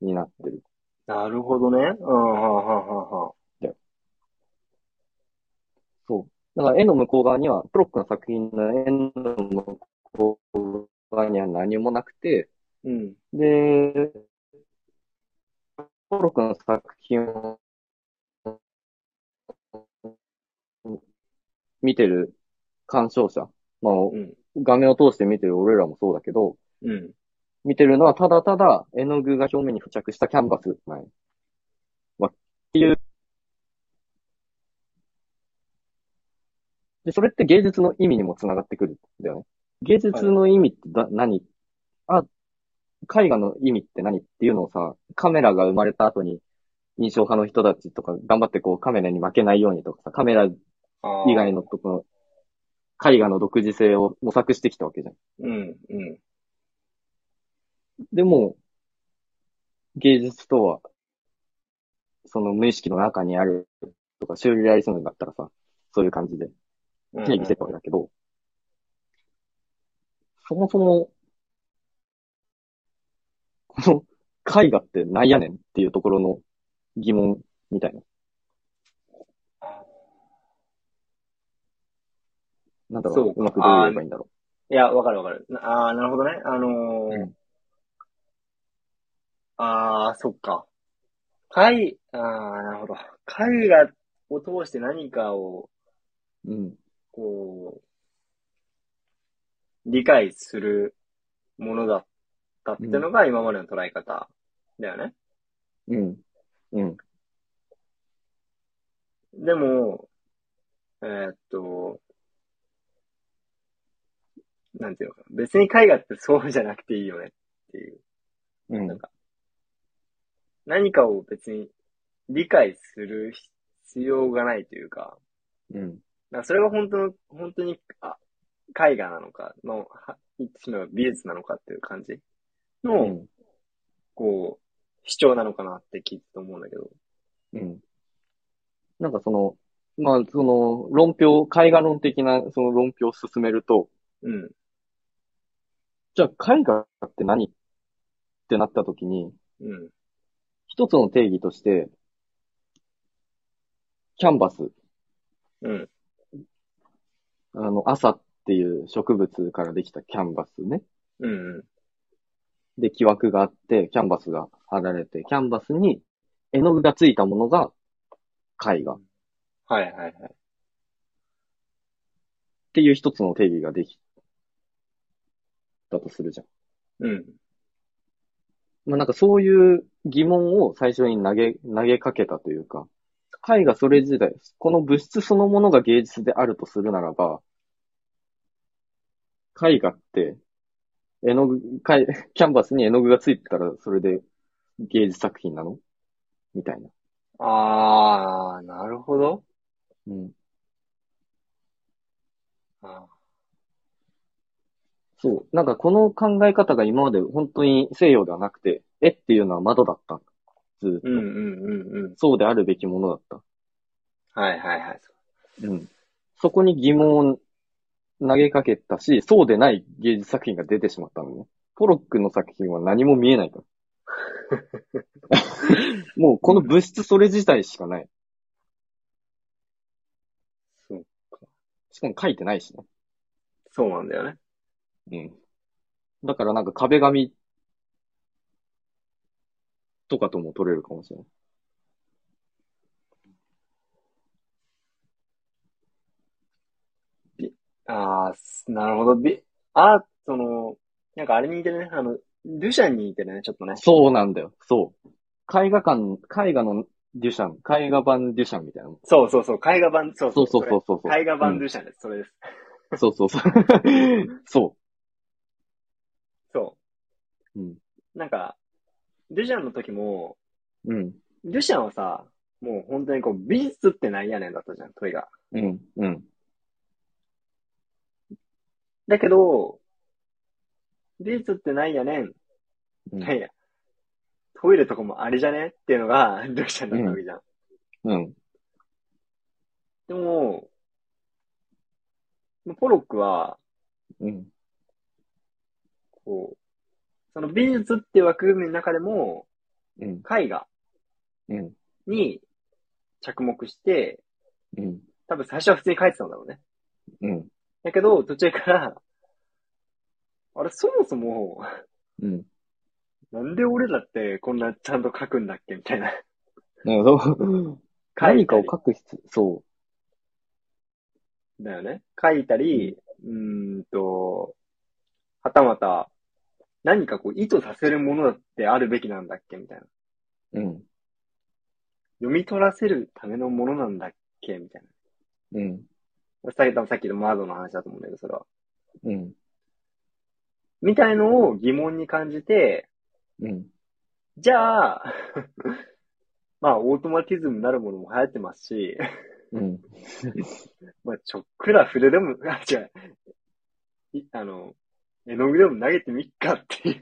になってる。
なるほどね。うん、はんはんはんはん。
そう。だから絵の向こう側には、プロックの作品の絵の向こう側には何もなくて、
うん。
で、プロックの作品を見てる鑑賞者、まあ、
うん。
画面を通して見てる俺らもそうだけど、
うん。
見てるのはただただ絵の具が表面に付着したキャンバスなんやわっていう。で、それって芸術の意味にもつながってくるんだよね。芸術の意味ってだ、何あ、絵画の意味って何っていうのをさ、カメラが生まれた後に印象派の人たちとか頑張ってこうカメラに負けないようにとかさ、カメラ以
ああ。
外のとこの絵画の独自性を模索してきたわけじゃん。
うん、うん。
でも、芸術とは、その無意識の中にあるとか、修理リアリズムだったらさ、そういう感じで
うん
定義してたわけだけど、そもそも、この絵画ってなんやねんっていうところの疑問みたいな。なんだろ、
そうう
うまくどう言えばいいんだろ
いや、わかるわかる。なああ、なるほどね。あのー
うん
ああ、そっか。絵、ああ、なるほど。絵画を通して何かを、
う。うん。
こう、理解するものだったってのが今までの捉え方だよね。
うん。うん。
でも、えーっと、なんていうのかな。別に絵画ってそうじゃなくていいよねっていう。
うん。
何かを別に理解する必要がないというか、
うん。
だからそれが本当の、本当に、あ、絵画なのか、の、は言ってしまう美術なのかっていう感じの、
うん。
こう、主張なのかなって聞いてて思うんだけど。
うん。なんかその、まあその論評、絵画論的なその論評を進めると、
うん。
じゃあ絵画って何ってなった時に、
うん。
一つの定義として、キャンバス、
うん。
あの、朝っていう植物からできたキャンバスね。
うん。うん。
で、木枠があって、キャンバスが貼られて、キャンバスに絵の具がついたものが絵画っ
はいはいはい。
ていう一つの定義ができたとするじゃん。
うん。
まあなんかそういう疑問を最初に投げ、投げかけたというか、絵画それ自体、この物質そのものが芸術であるとするならば、絵画って、絵の具、絵キャンバスに絵の具がついてたらそれで芸術作品なのみたいな。
あー、なるほど。
うん。
あ
そう。なんかこの考え方が今まで本当に西洋ではなくて、絵っていうのは窓だった。ずっと
うんうんうんうん。
そうであるべきものだった。
はいはいはい。
うん。そこに疑問を投げかけたし、そうでない芸術作品が出てしまったのね。ポロックの作品は何も見え ないから。もうこの物質それ自体しかない。
そう。
しかも書いてないしね。
そうなんだよね。
うん。だからなんか壁紙とかとも取れるかもしれない。
ああ、すなるほど。び、アートの、なんかあれに似てるね。あの、ルシャンに似てるね、ちょっとね。
そうなんだよ。そう。絵画館、絵画のデュシャン、絵画版デュシャンみたいなもん。
そうそうそう、絵画版、そう
そ
そう
そうそ
う、それ
うそうそう。
絵画版
う
ル
ん
シャンです。それです。
そうそうそう。 そ
そ
うん。
う。なんか、ルシャンの時も、
うん。
ルシャンはさ、もう本当にこう、美術ってなんやねんだったじゃん、問いが。
うん。うん。
だけど、美術ってなんやねん。
うん
いやいや、トイレとかもあれじゃねっていうのが、 ルシャンだったわけじゃん。
うん。
でも、ポロックは、
うん。
こう、その美術って枠組みの中でも、
うん。
絵画
うん。
に着目して、
うん。
多分最初は普通に描いてたんだろうね。
うん。
だけど、途中から、あれ、そもそも、
うん。
なんで俺らってこんなちゃんと描くんだっけみたいな。
なんかそう 何かを書く必要、そ
だよね。描いたり、うーんと、はたまた、何かこう意図させるものだってあるべきなんだっけみたい
う。
な。
うん。
読み取らせるためのものなんだっけみたい
うん。
な。さっき多分さっきのマードの話だと思うんだけど、それは。
うん。
みたいのを疑問に感じて、
うん。
じゃあ、 まあ、オートマティズムなるものも流行ってますし、
うん。
まあ、ちょっくら筆でも、 あ、違う、いあの、絵の具でも投げてみっかってい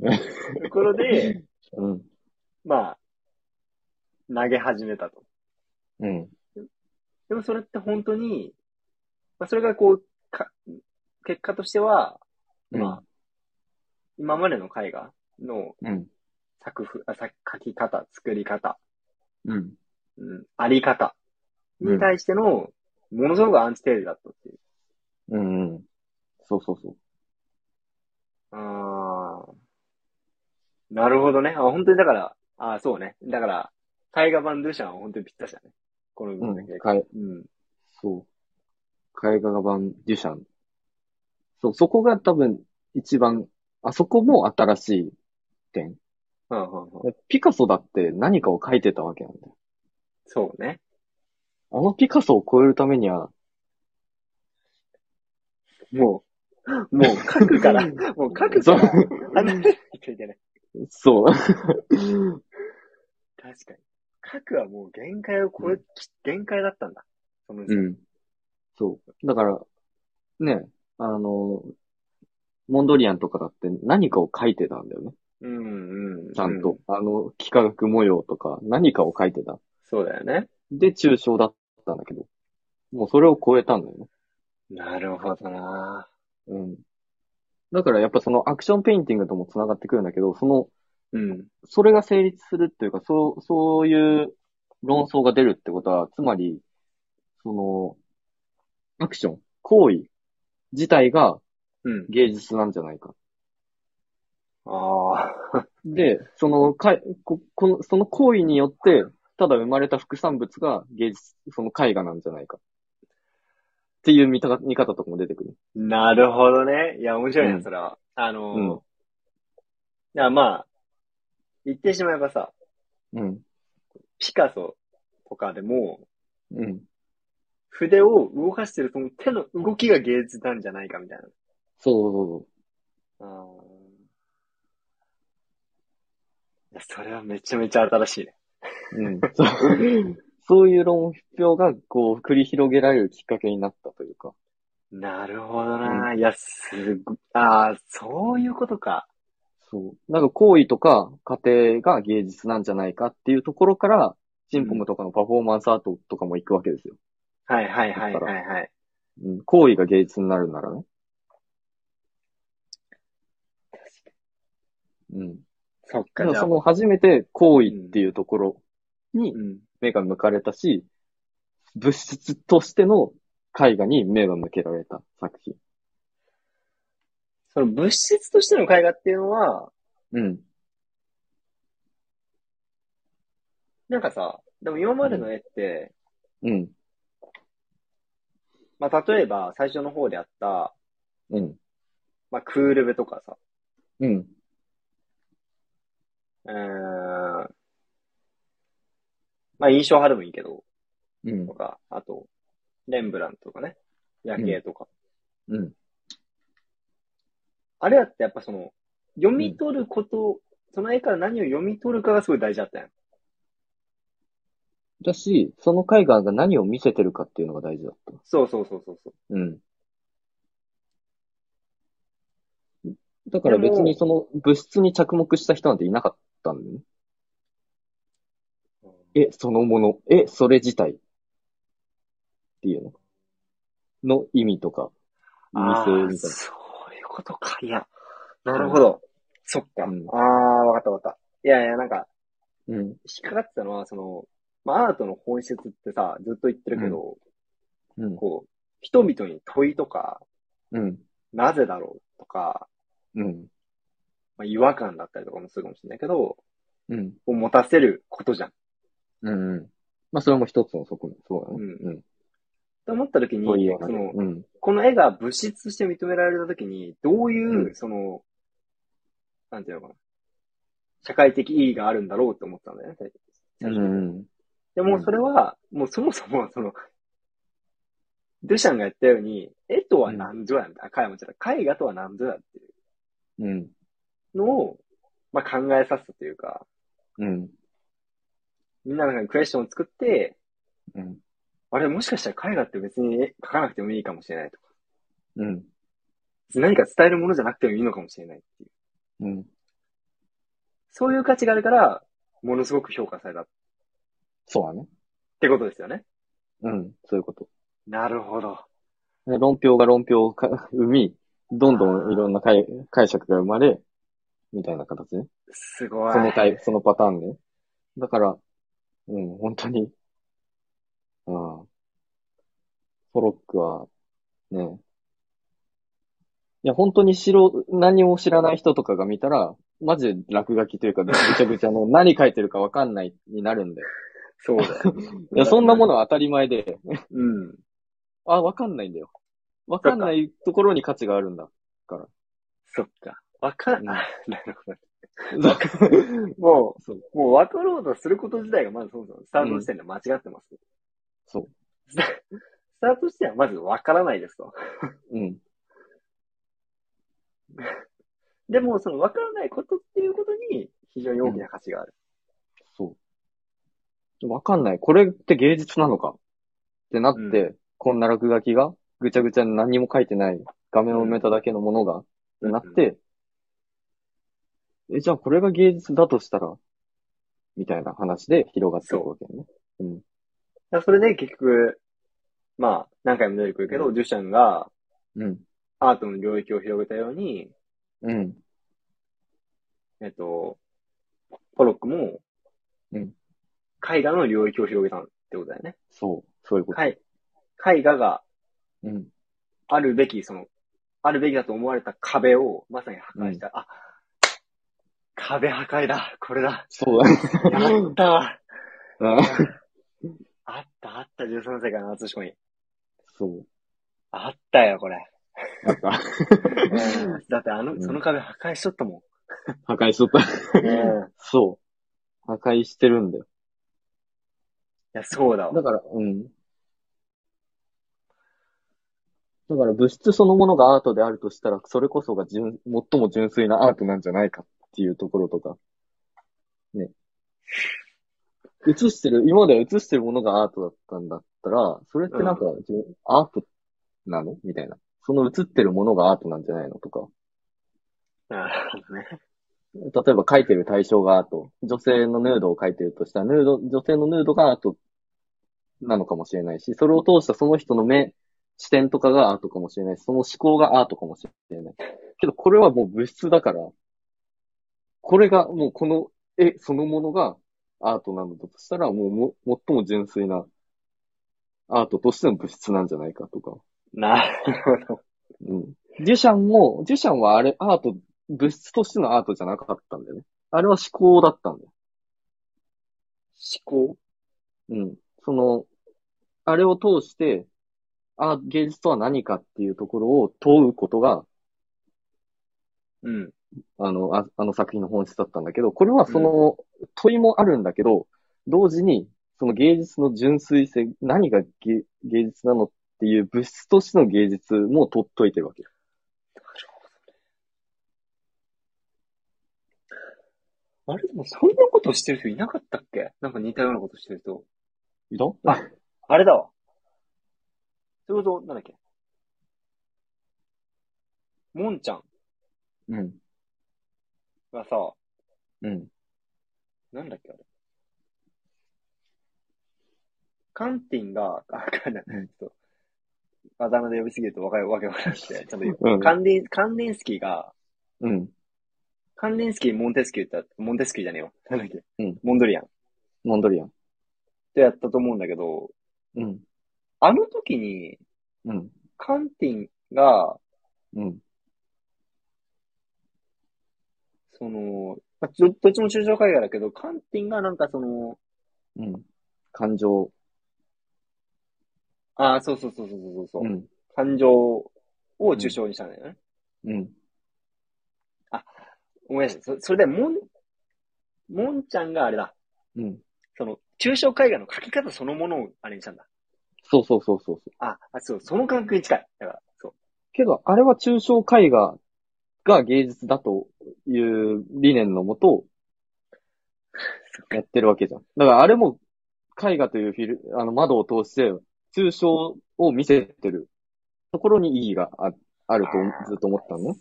うところで、
うん。
まあ、投げ始めたと。
うん。
でもそれって本当に、まあ、それがこう、か、結果としては、まあ、今までの絵画の
うん。
作風、あ、作描き方、作り方、
うん。
うん、あり方に対しての、ものすごくアンチテーゼだったっていう。
うん。うん。そうそうそう。
ああ。なるほどね。あ、本当にだから、ああ、そうね。だから、絵画版ルシャンは本当にぴったしだね。この部
う
分
ん。
だけ。
かえ、
うん。
そう。絵画版デュシャン。そう、そこが多分一番、あそこも新しい点。
うん、うん、うん。
ピカソだって何かを描いてたわけなんだよ。
そうね。
あのピカソを超えるためには、
もう、もう書くから、もう書くから、離れないといけない。
そう。
確かに。書くはもう限界を超え、き限界だったんだ。その時
うん。そう。だから、ね、あの、モンドリアンとかだって何かを描いてたんだよね。
うん、うん。
ちゃん
う
と。あの、幾何学模様とか何かを描いてた。
そうだよね。
で、抽象だったんだけど。もうそれを超えたんだよね。
なるほどな
うん。だからやっぱそのアクションペインティングとも繋がってくるんだけど、その、
うん。
それが成立するっていうか、そう、そういう論争が出るってことは、つまり、その、アクション、行為自体が
うん。
芸術なんじゃないか。
ああ、
で、その、か、こ、この、その行為によって、ただ生まれた副産物が芸術、その絵画なんじゃないか。っていう見た、見方とかも出てくる。
なるほどね。いや、面白いな、
うん
それは。あのー、
うん
いや、まあ、言ってしまえばさ、
うん。
ピカソとかでも、
うん。
筆を動かしてるその手の動きが芸術なんじゃないかみたいな。
そうそう
あーいやそれはめちゃめちゃ新しい ね。
そう。うん。そうそういう論評が、こう、繰り広げられるきっかけになったというか。
なるほどな、いや、すごい。ああ、そういうことか。
そう。なんか行為とか過程が芸術なんじゃないかっていうところから、シンポムとかのパフォーマンスアートとかも行くわけですよ。
はいはいはいはいはい。
うん、行為が芸術になるならね。うん。
そっ
で
か、
も
じゃあ
そ、の初めて行為っていうところに
うん。
目が向かれたし、物質としての絵画に目が向けられた作品。
その物質としての絵画っていうのは、
うん。
なんかさ、でも今までの絵って、
うん、
まあ、例えば最初の方であった、
うん、
まあ、クール部とかさ、
うん、
うーん、まあ、印象派でもいいけど、
うん
と、か、あと、レンブラントとかね、夜景とか。
うん、
あれやってやっぱその、読み取ること、その絵から何を読み取るかがすごい大事だったやん。
だし、その絵画が何を見せてるかっていうのが大事だった。
そうそうそうそうそ
う
う。
ん。だから別にその物質に着目した人なんていなかったんだよね。え、そのもの、え、それ自体っていうのの意味とか、意味性みたいな。
そういうことか。いや、なるほど。そっか。
うん
ああ、わかったわかった。いやいや、なんか、
うん、
引っかかってたのは、その、まあ、アートの本質ってさ、ずっと言ってるけど、
うん、
こう、人々に問いとか、
うん、
なぜだろうとか、
うん、
まあ、違和感だったりとかもするかもしれないけど、
うん、
を持たせることじゃん。
うん、うん。まあそれも一つの側面、そうだね。
うん
うん。
と思った時に、
そういうよう
そ
な
の、
うん、
この絵が物質として認められたときに、どういう、
うん
その、なんていうのかな。社会的意義があるんだろうって思ったんだよね。
う
最初
ん、
でもそれは、もうそもそも、その、デュシャンがやったように、絵とは何ぞやみたいな、絵もちろん絵画とは何ぞやってい
うん、
うのを、まあ、考えさせたというか、
うん、
みんなの中にクエスチョンを作って、
うん、
あれ、もしかしたら絵画って別に絵描かなくてもいいかもしれないとか、
うん、
何か伝えるものじゃなくてもいいのかもしれないっていう。
うん。
そういう価値があるから、ものすごく評価されたっ
そうだね。
てことですよね。
うん、そういうこと。
なるほど。
で論評が論評をか生み、どんどんいろんな解解釈が生まれ、みたいな形ね。
すごい。
そのタイプ、そのパターンね。だから、うん、本当に、うん、フォロックは、ね、いや、本当に白、何も知らない人とかが見たら、マジで落書きというか、ぐちゃぐちゃの 何書いてるかわかんないになるんだよ。
そうだよ。
いや、そんなものは当たり前で、
うん。
あ、わかんないんだよ。わかんないところに価値がある んだ。
そっか。わか、
うんん
なるほど。も
そう。
う、もう分かろうとすること自体がまずそもそもスタート時点で間違ってます。
そう。
スタスタート時点はまず分からないですと。
うん。
でも、その分からないことっていうことに非常に大きな価値がある。
そう。わかんない。これって芸術なのかってなって、
う
こんな落書きがぐちゃぐちゃに何にも書いてない画面を埋めただけのものが、ってなって、え、じゃあこれが芸術だとしたら、みたいな話で広がっていくわけね。
だからそれで結局、まあ、何回も出てくるけど、
う
ジュシャンが
うん。
アートの領域を広げたように、
うん。
えっと、ポロックも、
うん
絵画の領域を広げたってことだよね。
そう。そういうこと。
絵絵画が
うん。
あるべき、その、あるべきだと思われた壁をまさに破壊した。あ、壁破壊だ、これだ。
そうだね。
あったわ。
うん
あった、あった、13世からの厚しこに。
そう。
あったよ、これ。
やっぱ、
だってあの
う、ん
その壁破壊しとったも
破壊しとった。
ん。い
そう。破壊してるんだよ。
や、そうだわ。
だから、うん。だから物質そのものがアートであるとしたら、それこそが純、最も純粋なアートなんじゃないかっていうところとか。ね。映してる、今までは映してるものがアートだったんだったら、それってなんか、じゅアートなのみたいな。その映ってるものがアートなんじゃないのとか。
なるほどね。
例えば描いてる対象がアート。女性のヌードを描いてるとしたら、ヌード、女性のヌードがアートなのかもしれないし、それを通したその人の目、視点とかがアートかもしれないし、その思考がアートかもしれない。けど、これはもう物質だから、これがもうこの絵そのものがアートなのだとしたら、もうも、最も純粋なアートとしての物質なんじゃないかとか。
なるほど。
うん。デュシャンも、デュシャンはあれ、アート、物質としてのアートじゃなかったんだよね。あれは思考だったんだよ。
考
うん。その、あれを通して、あ、芸術とは何かっていうところを問うことが、
うん。
あの、あ、あの作品の本質だったんだけど、これはその問いもあるんだけど、同時に、その芸術の純粋性、何が芸、芸術なのっていう物質としての芸術も取っといてるわけよ。
あれでもそんなことしてる人いなかったっけなんか似たようなことしてる人。
いた
ああれだわ。そういうこと、なんだっけもんちゃん
うん。
がさ、
うん。
なんだっけあれ。カンティンが、あ、かんない
うん。
そう。あだ名で呼びすぎるとわかるわけわからなくて、ちゃんと言う。
うん。
カンディン、カンディンスキーが、
うん。
カンディンスキー、モンテスキューってあっ、モンテスキューじゃねえよ。なんだっけ。
うん
モンドリアン。っ
モンドリアン。
てやったと思うんだけど、
うん。
あの時に、
うん。
カンティンが、
うん。
その、まあ、どどっちも抽象絵画だけど、カンティンがなんかその、
うん。感情。
ああ、そうそうそうそうそうそう、
うん。
感情を抽象にしたんだよね。
うん。
ごめんなさい。そそれで、もん、もんちゃんがあれだ。
うん。
その、抽象絵画の描き方そのものをあれにしたんだ。
そうそうそうそうそう。
あ、あ、そう、その感覚に近い。だから、そう。
けど、あれは抽象絵画が芸術だという理念のも と、やってるわけじゃん。だからあれも絵画というフィル、あの窓を通して、抽象を見せてるところに意義があある
あー
とずっと思ったのね。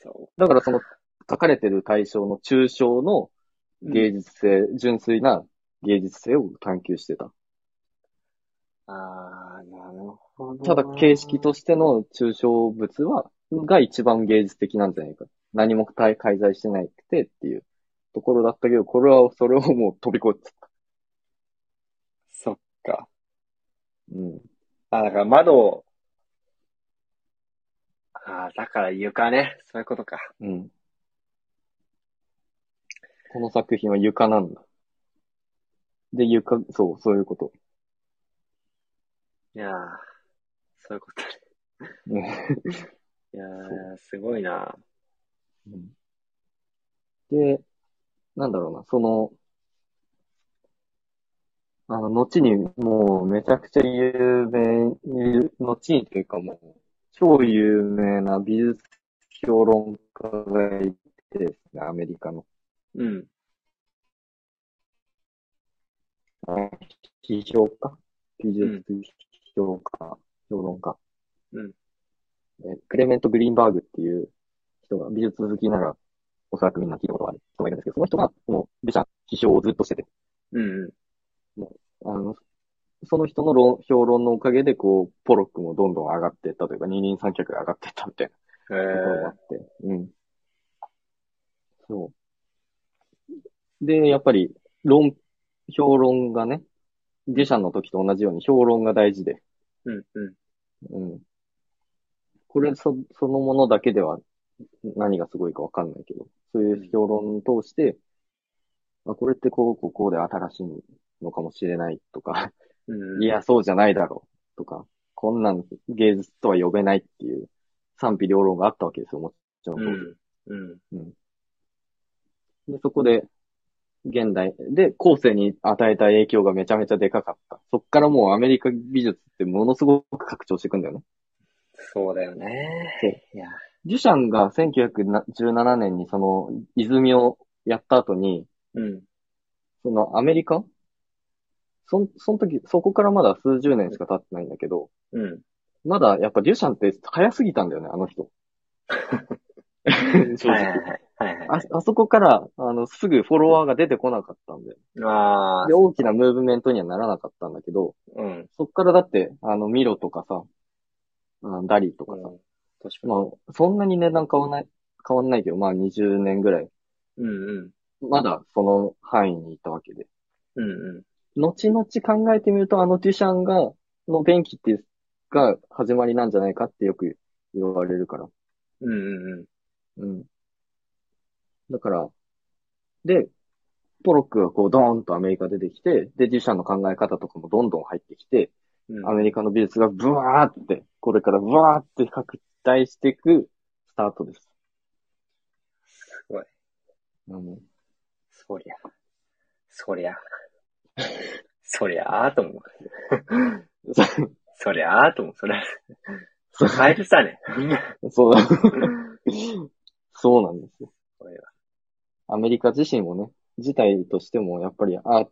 そ
だからその書かれてる対象の抽象の
う。
芸術性、純粋な芸術性を探求してた。
ああー、なるほど。
ただ形式としての抽象物は、が一番芸術的なんじゃないか。何も介在してないくてっていうところだったけど、これは、それをもう飛び越えてた。
そっか。
うん。
あ、だから窓を、ああ、だから床ね。そういうことか。
うん。この作品は床なんだ。で、床、そう、そういうこと。
いやー、そういうことね。
うん
いやー、すごいな。
うんで、なんだろうな、その、あの、後にもうめちゃくちゃ有名、ゆ後にというかもう、超有名な美術評論家がいてですね、アメリカの。
うん。
批評家美術評価、評論家。
うん
え。クレメント・グリーンバーグっていう人が、美術好きなら、おそらくみんな聞いたことがある人がいるんですけど、その人が、もう、美者、批評をずっとしてて、
うんうん。
あの、その人の論評論のおかげで、こう、ポロックもどんどん上がっていったというか、二輪三脚が上がっていったみたい
へ
なところがあ
ー
って、うん。そう。で、やっぱり、論、評論がね、下者の時と同じように評論が大事で、
うんうん。
うん。これそ、そのものだけでは何がすごいかわかんないけど、そういう評論を通して、あ、これってこう、こう、こうで新しいのかもしれないとか、
うんうん。
いや、そうじゃないだろうとか、こんなん芸術とは呼べないっていう賛否両論があったわけですよ、もちろん
う
当時。
ん。うん。
で、そこで、現代で後世に与えた影響がめちゃめちゃでかかった。そっからもうアメリカ美術ってものすごく拡張していくんだよね。
そうだよね
そう。
いや、
デュシャンが1917年にその泉をやった後に、
うん。
そのアメリカそん、その時、そこからまだ数十年しか経ってないんだけど、
うん。
まだやっぱデュシャンって早すぎたんだよね、あの人。正直
はいはいはい。はいはい
あ、あそこから、あの、すぐフォロワーが出てこなかったんだよ。
ああ
で、、大きなムーブメントにはならなかったんだけど、
うん。
そっからだって、あの、ミロとかさ、あダリとかさ、
確かに。
まあ、そんなに値段変わんない、変わんないけど、まあ20年ぐらい
うんうん。
まだその範囲にいたわけで。
うんうん。
後々考えてみると、あのデュシャンが、の便器っていう、が始まりなんじゃないかってよく言われるから。
うんう
う
んうん。
ん。だから、で、ポロックがこうドーンとアメリカ出てきて、で、自社の考え方とかもどんどん入ってきて、
うん
アメリカの美術がブワーって、これからブワーって拡大していくスタートです。す
ごい。
うん、
そりゃ。そりゃ。そりゃあと思う。そりゃあと思う。そりゃ。
そう
カエルさね。
そう、そうなんですよ
これは。
アメリカ自身もね、自体としてもやっぱり、あ、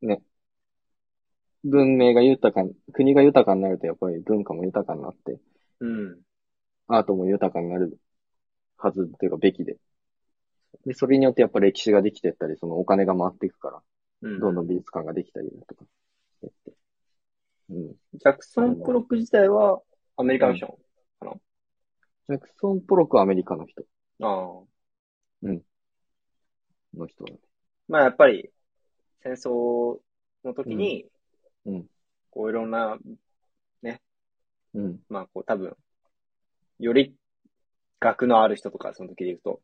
ね、文明が豊かに、国が豊かになるとやっぱり文化も豊かになって、
うん。
アートも豊かになるはずというかべきで。で、それによってやっぱ歴史ができてったり、そのお金が回っていくから、
うん。
どんどん美術館ができたりだとかしてって。うん。
ジャクソン・ポロック自体はアメリカの人。
ジャクソン・ポロックはアメリカの人、
ああ。
の人だね。
まあやっぱり、戦争の時に、
うんうん
こういろんな、
うん。
まあこう多分、より学のある人とか、その時で言うと、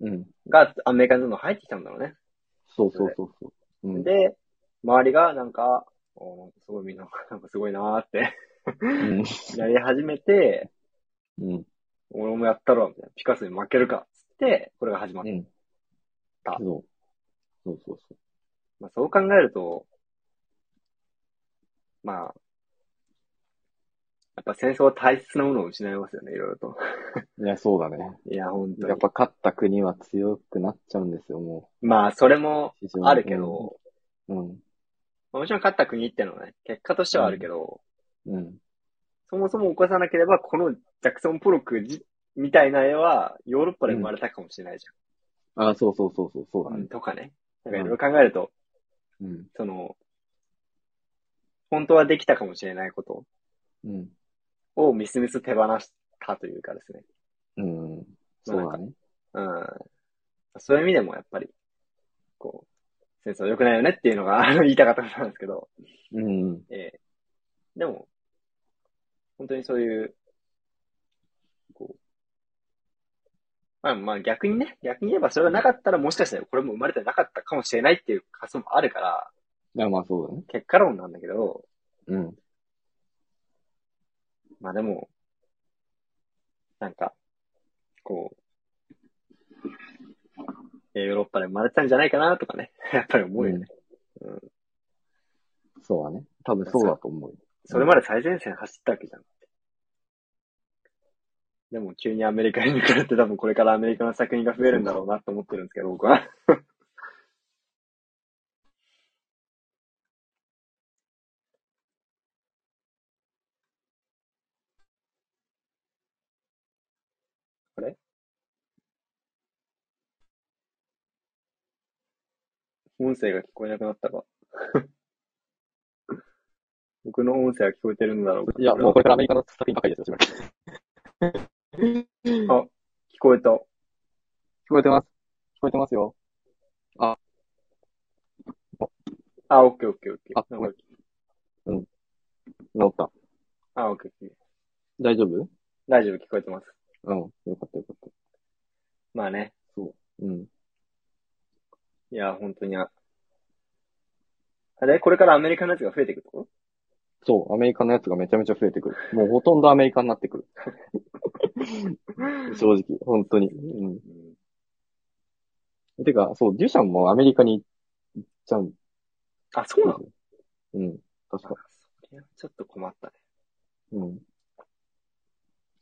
うん。
がアメリカにどんどん入ってきたんだろうね。
そうそうそうそう。うん。
で、周りがなんか、おーなんかすごいみんな、 なんかすごいなーって、
うん。
やり始めて、
うん。
俺もやったろ、みたいな。ピカソに負けるか、つって、これが始まっ
う
た。
ん。そう。そうそうそ
まあそう考えると、まあ、やっぱ戦争は大切なものを失いますよね、いろいろと。
う。いや、そうだね。
いや、本当
やっ
に。
ぱ勝った国は強くなっちゃうんですよ、も
まあ、それも
う。非常に
あるけど、。
うん。
まあもちろん勝った国ってのはね、結果としてはあるけど、
うん。
そもそも起こさなければ、このジャクソン・ポロックじみたいな絵は、ヨーロッパで生まれたかもしれないじ
あ、そうそうそうそう、そう
ゃ
だ
ん。
ね。
とかね。なんかいろいろ考えると、
うん。
その、本当はできたかもしれないこと
うん。
をみすみす手放したというかですね。
うん。そうだね。
うん。そういう意味でもやっぱり、こう、戦争良くないよねっていうのがあの言いたかったことなんですけど、
うん。
ええでも、本当にそういう、こう、まあまあ逆にね、逆に言えばそれがなかったらもしかしたらこれも生まれてなかったかもしれないっていう仮想もあるから、
いや、まあそうだね。
結果論なんだけど、
うん。
まあでも、なんか、こう、えヨーロッパで生まれてたんじゃないかなとかね、 やっぱり思うよね。うん
そうだね。多分そうだと思うよ。
それまで最前線走ったわけじゃん。でも急にアメリカに行くって多分これからアメリカの作品が増えるんだろうなと思ってるんですけど、僕は。あれ音声が聞こえなくなったか。 僕の音声は聞こえてるんだろうか。
いや、もうこれからアメリカの作品ばかりですよ、しばらく
聞こえた。
聞こえてます。聞こえてますよ。
あ、オッケーオッケーオッケー。
あ
なんか
治った。
あ、オッケーオッケー。
大丈夫
大丈夫、聞こえてます。
うん。よかったよかっ
まあね。
た。うん。
いや、本当にあ。あれこれからアメリカのやつが増えていくとこ
そう、アメリカのやつがめちゃめちゃ増えてくる。もうほとんどアメリカになって くる。正直、本当に。う
うん。
ん。てか、そう、デュシャンもアメリカに行っちゃうん
あ、そうなの
うん。確か。
いやちょっと困ったね。
うん。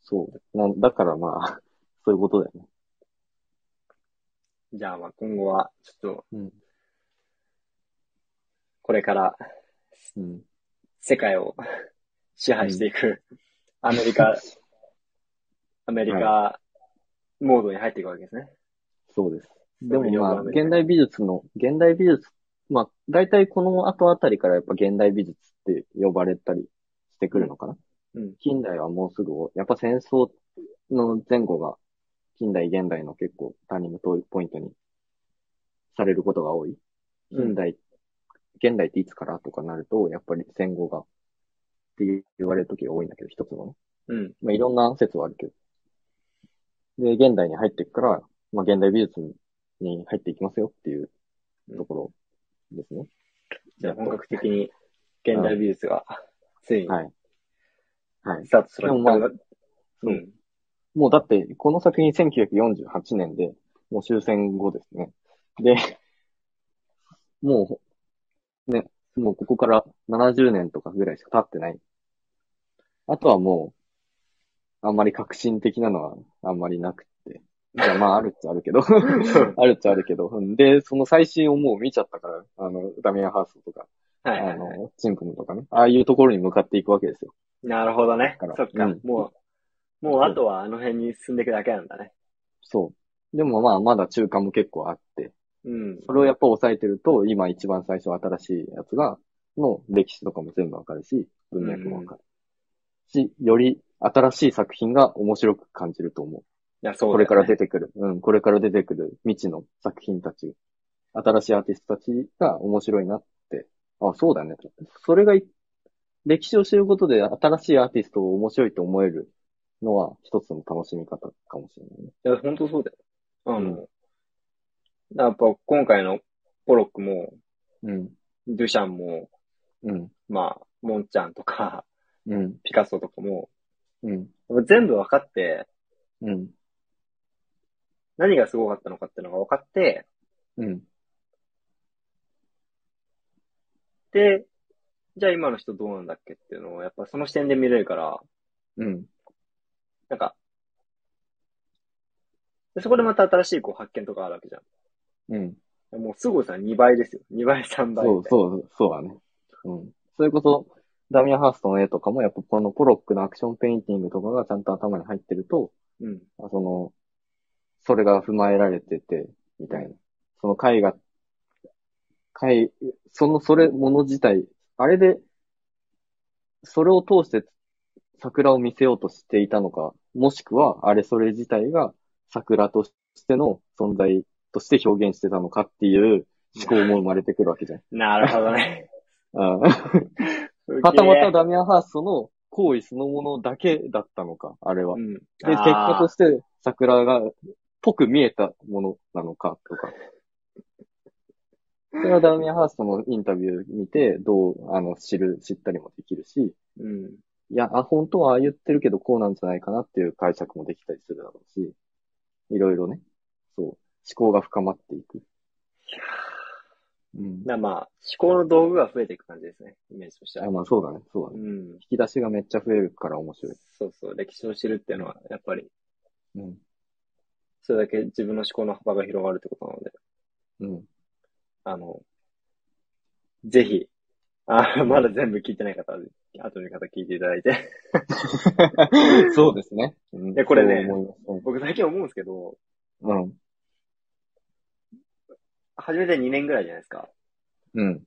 そう。なんだからまあ、 そういうことだよね。
じゃあ、まあ今後は、ちょっと、
うん
これから
うん。
世界を支配していく、アメリカ、アメリカモードに入っていくわけですね。
そうです。でも
よ
ま
く
あ、
アメリカ
現代美術の、現代美術、まあ、大体この後あたりからやっぱ現代美術って呼ばれたりしてくるのかな、
うん
近代はもうすぐ、やっぱ戦争の前後が近代現代の結構ターニングポイントにされることが多い。近代、現代っていつからとかなると、やっぱり戦後がって言われる時が多いんだけど、一つのね。
うん。
まあ、いろんな説はあるけど。で、現代に入っていくから、まあ、現代美術に入っていきますよっていうところですね。
じゃあ本格的に現代美術がついに
はい。はい。
スタートする。
でもまあ
う。
うんもうだって、この作品1948年で、もう終戦後ですね。で、もう、ね、もうここから70年とかぐらいしか経ってない。あとはもう、あんまり革新的なのはあんまりなくって。いや、まあ、あるっちゃあるけど。あるっちゃあるけど。で、その最新をもう見ちゃったから、あの、ダミアンハーストとか、
は
あ
いはいはい。
の、チンプムとかね。ああいうところに向かっていくわけですよ。
なるほどね
だか。ら
そっか
うん。
もう、もうあとはあの辺に進んでいくだけなんだね。
そう。でもまあ、まだ中間も結構あって。
うん。
それをやっぱ抑えてると、今一番最初新しいやつが、の歴史とかも全部わかるし、文脈もわかる。し、より新しい作品が面白く感じると思う。
いや、そう
これから出
て
てくる、うん、これから出てくる未知の作品たち、新しいアーティストたちが面白いなって。あ、そうだね。それがい、歴史を知ることで新しいアーティストを面白いと思えるのは一つの楽しみ方かもしれないね。
いや、本当そうだよ。あの、やっぱ今回のポロックも、
うん。
デュシャンも、
うん。
まあ、モンちゃんとか、
うん。
ピカソとかも、
うん。
全部分かって、
うん。
何がすごかったのかっていうのが分かって、
うん。
で、じゃあ今の人どうなんだっけっていうのを、やっぱその視点で見れるから、
うん。
なんか、でそこでまた新しいこう発見とかあるわけじ
うん。
ゃん。もうすごさ2倍ですよ。2倍、3倍
そう
みたいな。
そう、そうだね。うん。それこそ、ダミアン・ハーストの絵とかも、やっぱこのポロックのアクションペインティングとかがちゃんと頭に入ってると、
うん。
あその、それが踏まえられてて、みたいな。その絵画、絵、その、それ、もの自体、あれで、それを通して桜を見せようとしていたのか、もしくは、あれそれ自体が桜としての存在として表現してたのかっていう思考も生まれてくるわけじゃん。
なるほ どね。
うんはたまた
だ。
ダミアン・ハーストの行為そのものだけだったのか、あれは。
う
で、
ん。で、
結果として桜がぽく見えたものなのか、とか。それはダミアン・ハーストのインタビュー見て、どう、あの、知る、知ったりもできるし、
うん。
いや、あ、本当はああ言ってるけど、こうなんじゃないかなっていう解釈もできたりするだろうし、いろいろね、そう、思考が深まっていく。うん。
なまあ、思考の道具が増えていく感じですね。イメージとしては
あ。まあ、そうだね、そうだ
う
ね。
ん。
引き出しがめっちゃ増えるから面白い。
そうそう。歴史を知るっていうのは、やっぱり、
うん。
それだけ自分の思考の幅が広がるってことなので、
うん。
あの、ぜひ、あ まだ全部聞いてない方は、後の方聞いていただいて。
そうですね。うん
いやこれね
そう思い
僕最近思うんですけど、
ます
初めて2年ぐらいじゃないですか。
うん。うん。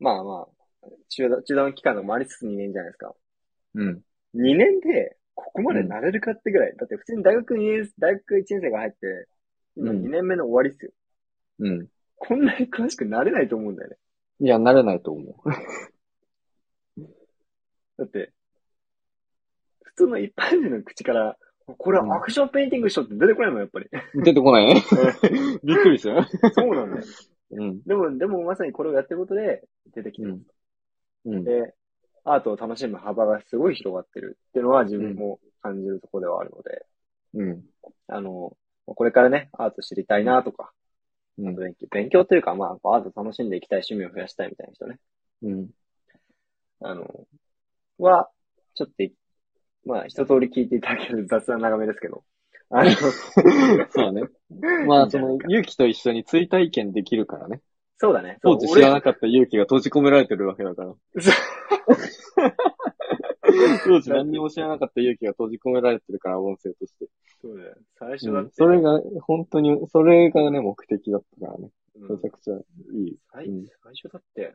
まあまあ、中断中断期間が回りつつ2年じゃないですか。
うん。
2年で、ここまで慣れるかってぐらい。だって普通に大学2年、大学1年生が入って、今
うん
2年目の終わりですよ。
う
こんなに詳しくなれないと思うんだよね。
ん。いや、慣れないと思う。
だって、普通の一般人の口から、これはアクションペインティングしょって出てこないもん、やっぱり。
出てこない びっくりした。
そうなんだよ。
うん。
でも、でもまさにこれをやってることで出てきて
う
る
ん。。うん。
で、アートを楽しむ幅がすごい広がってるっていうのは自分も感じるところではあるので、
うん。
あの、これからね、アート知りたいなとか、
うん。
勉強勉強というか、まあ、アート楽しんでいきたい、趣味を増やしたいみたいな人ね。
うん。
あの、は、ちょっとい、まあ、一通り聞いていただける雑談長めですけど、あの、
そうだね。ま
いいん
あ、
じ
そ
ゃない
の
か、
ゆうきと一緒に追体験できるからね。
そうだね。
当時知ら
な
なかったゆうきが閉じ込められてるわけだから。当時何にも知らなかったゆうきが閉じ込められてるから、音声として。
そうだよ。最初
う
だっ
ん
て、
それが、本当に、それがね、目的だったからね。
うん
めちゃくちゃいい。
最
うん
最初だって、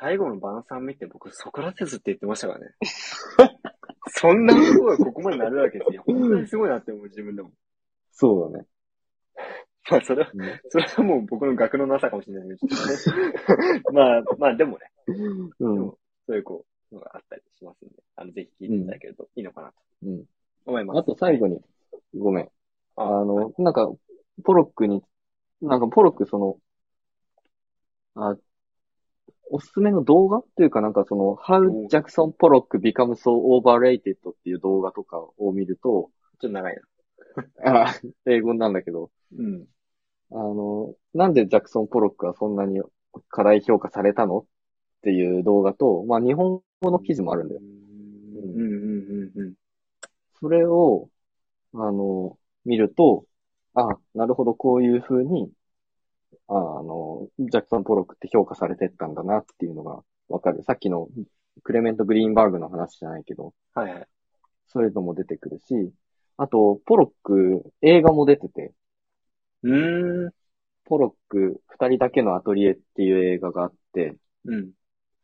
最後の晩餐見て僕、ソクラテスって言ってまし たからね。そんなことがここまでなるわけですよ。本当にすごいなって思う、自分でも。
そうだね。
まあ、それは、
うん
それはもう僕の学のなさかもしれないけど、 ちょっとねまあ、まあ、でもね、
うん。
そういうこう、のがあったりしますんで、あの、ぜひ聞いていただけるといいのかなと
うん。
思います。
あと最後に、ごめん。
あ
あの、なんか、ポロックに、なんかポロックその、あ、おすすめの動画っていうかなんかその、
お
How Jackson Pollock Becomes So Overrated っていう動画とかを見ると、
ちょっと長いな。
あ英語なんだけど、
うん。
あの、なんでジャクソン・ポロックはそんなに過大評価されたのっていう動画と、まあ日本語の記事もあるんだよ。
うんうんうんうん。
それを、あの、見ると、あ、なるほど、こういう風に、あの、ジャクソン・ポロックって評価されてったんだなっていうのがわかる。さっきのクレメント・グリーンバーグの話じゃないけど、
はいはい。
そういうのも出てくるし、あと、ポロック、映画も出てて、
うーん。
ポロック二人だけのアトリエっていう映画があって、
うん。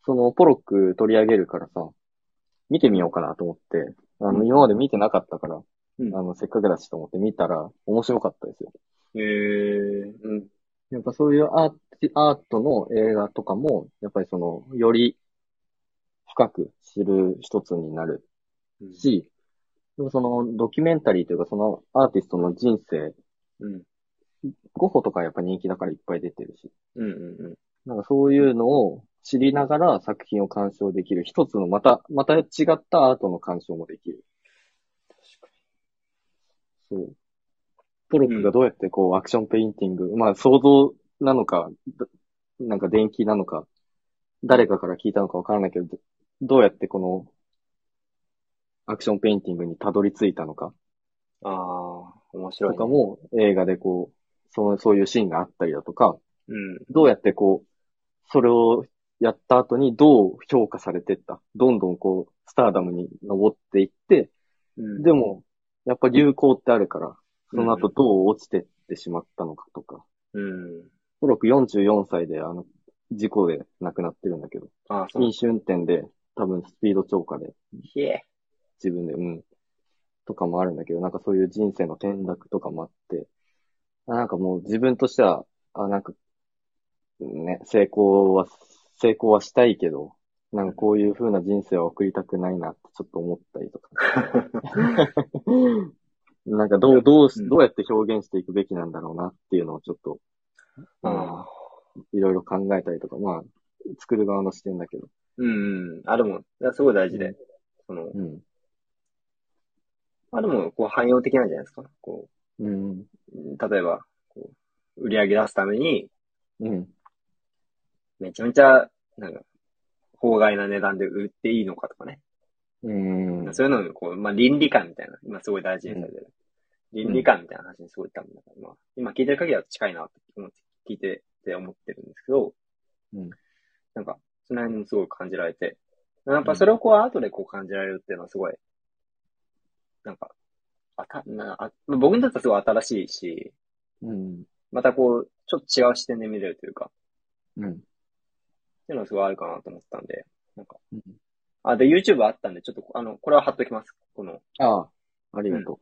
そのポロック取り上げるからさ、見てみようかなと思って、あ
う
の、
ん
今まで見てなかったから、
うん
あの、せっかくだしと思って見たら面白かったですよ。
えー。
うん。やっぱそういうアーティアートの映画とかも、やっぱりその、より深く知る一つになるし、でもそのドキュメンタリーというかそのアーティストの人生、
うん。
ゴッホとかやっぱ人気だからいっぱい出てるし、
うんうんうん。
なんかそういうのを知りながら作品を鑑賞できる一つのまた、また違ったアートの鑑賞もできる。そう。ポロックがどうやってこう、アクションペインティング、まあ想像なのか、どなんか電気なのか、誰かから聞いたのかわからないけど、どどうやってこの、アクションペインティングにたどり着いたのか
ああ、面白い、
とか
ね。
も映画でこう、その、そういうシーンがあったりだとか、
うん。
どうやってこう、それをやった後にどう評価されてった。どんどんこう、スターダムに登っていって、
うん。
でも、やっぱ流行ってあるから、その後
うん
どう落ちてってしまったのかとか。
うん。
ポロク44歳で、あの、事故で亡くなってるんだけど、
ああ、そう
飲。酒運転で、多分スピード超過で、
ひ え。
自分で、うん、とかもあるんだけど、なんかそういう人生の転落とかもあって、あなんかもう自分としては、あ、なんか、ね、成功は、成功はしたいけど、なんかこういう風な人生は送りたくないなってちょっと思ったりとか。なんかどう、どう
う
し、
ん
どうやって表現していくべきなんだろうなっていうのをちょっと、
あ
うん
あ。
いろいろ考えたりとか、まあ、作る側の視点だけど。
うんうん。あ、でも、いやすごい大事
う
で。その、
うん。
あ、でも、こう、汎用的なんじゃないですか。こ
うん。
う、例えば、こう、売り上げ出すために、
うん。
めちゃめちゃ、なんか、法外な値段で売っていいのかとかね。
うん。
そういうのに、こう、まあ、倫理観みたいな、今すごい大事にされてる。倫理観みたいな話にすごい多分、まあ、今聞いてる限りは近いなって思って、聞いてて思ってるんですけど、
うん
なんか、その辺もすごい感じられて、やっぱそれをこう、後でこう感じられるっていうのはすごい、なんか、あた、な、あ、まあ僕にとってはすごい新しいし、
うん。
またこう、ちょっと違う視点で見れるというか、っ
うん。
ていうのはすごいあるかなと思ったんで、なんか
うん、
あ、で、YouTube あったんで、ちょっと、あの、これは貼っときます。この、
ああ、ありがと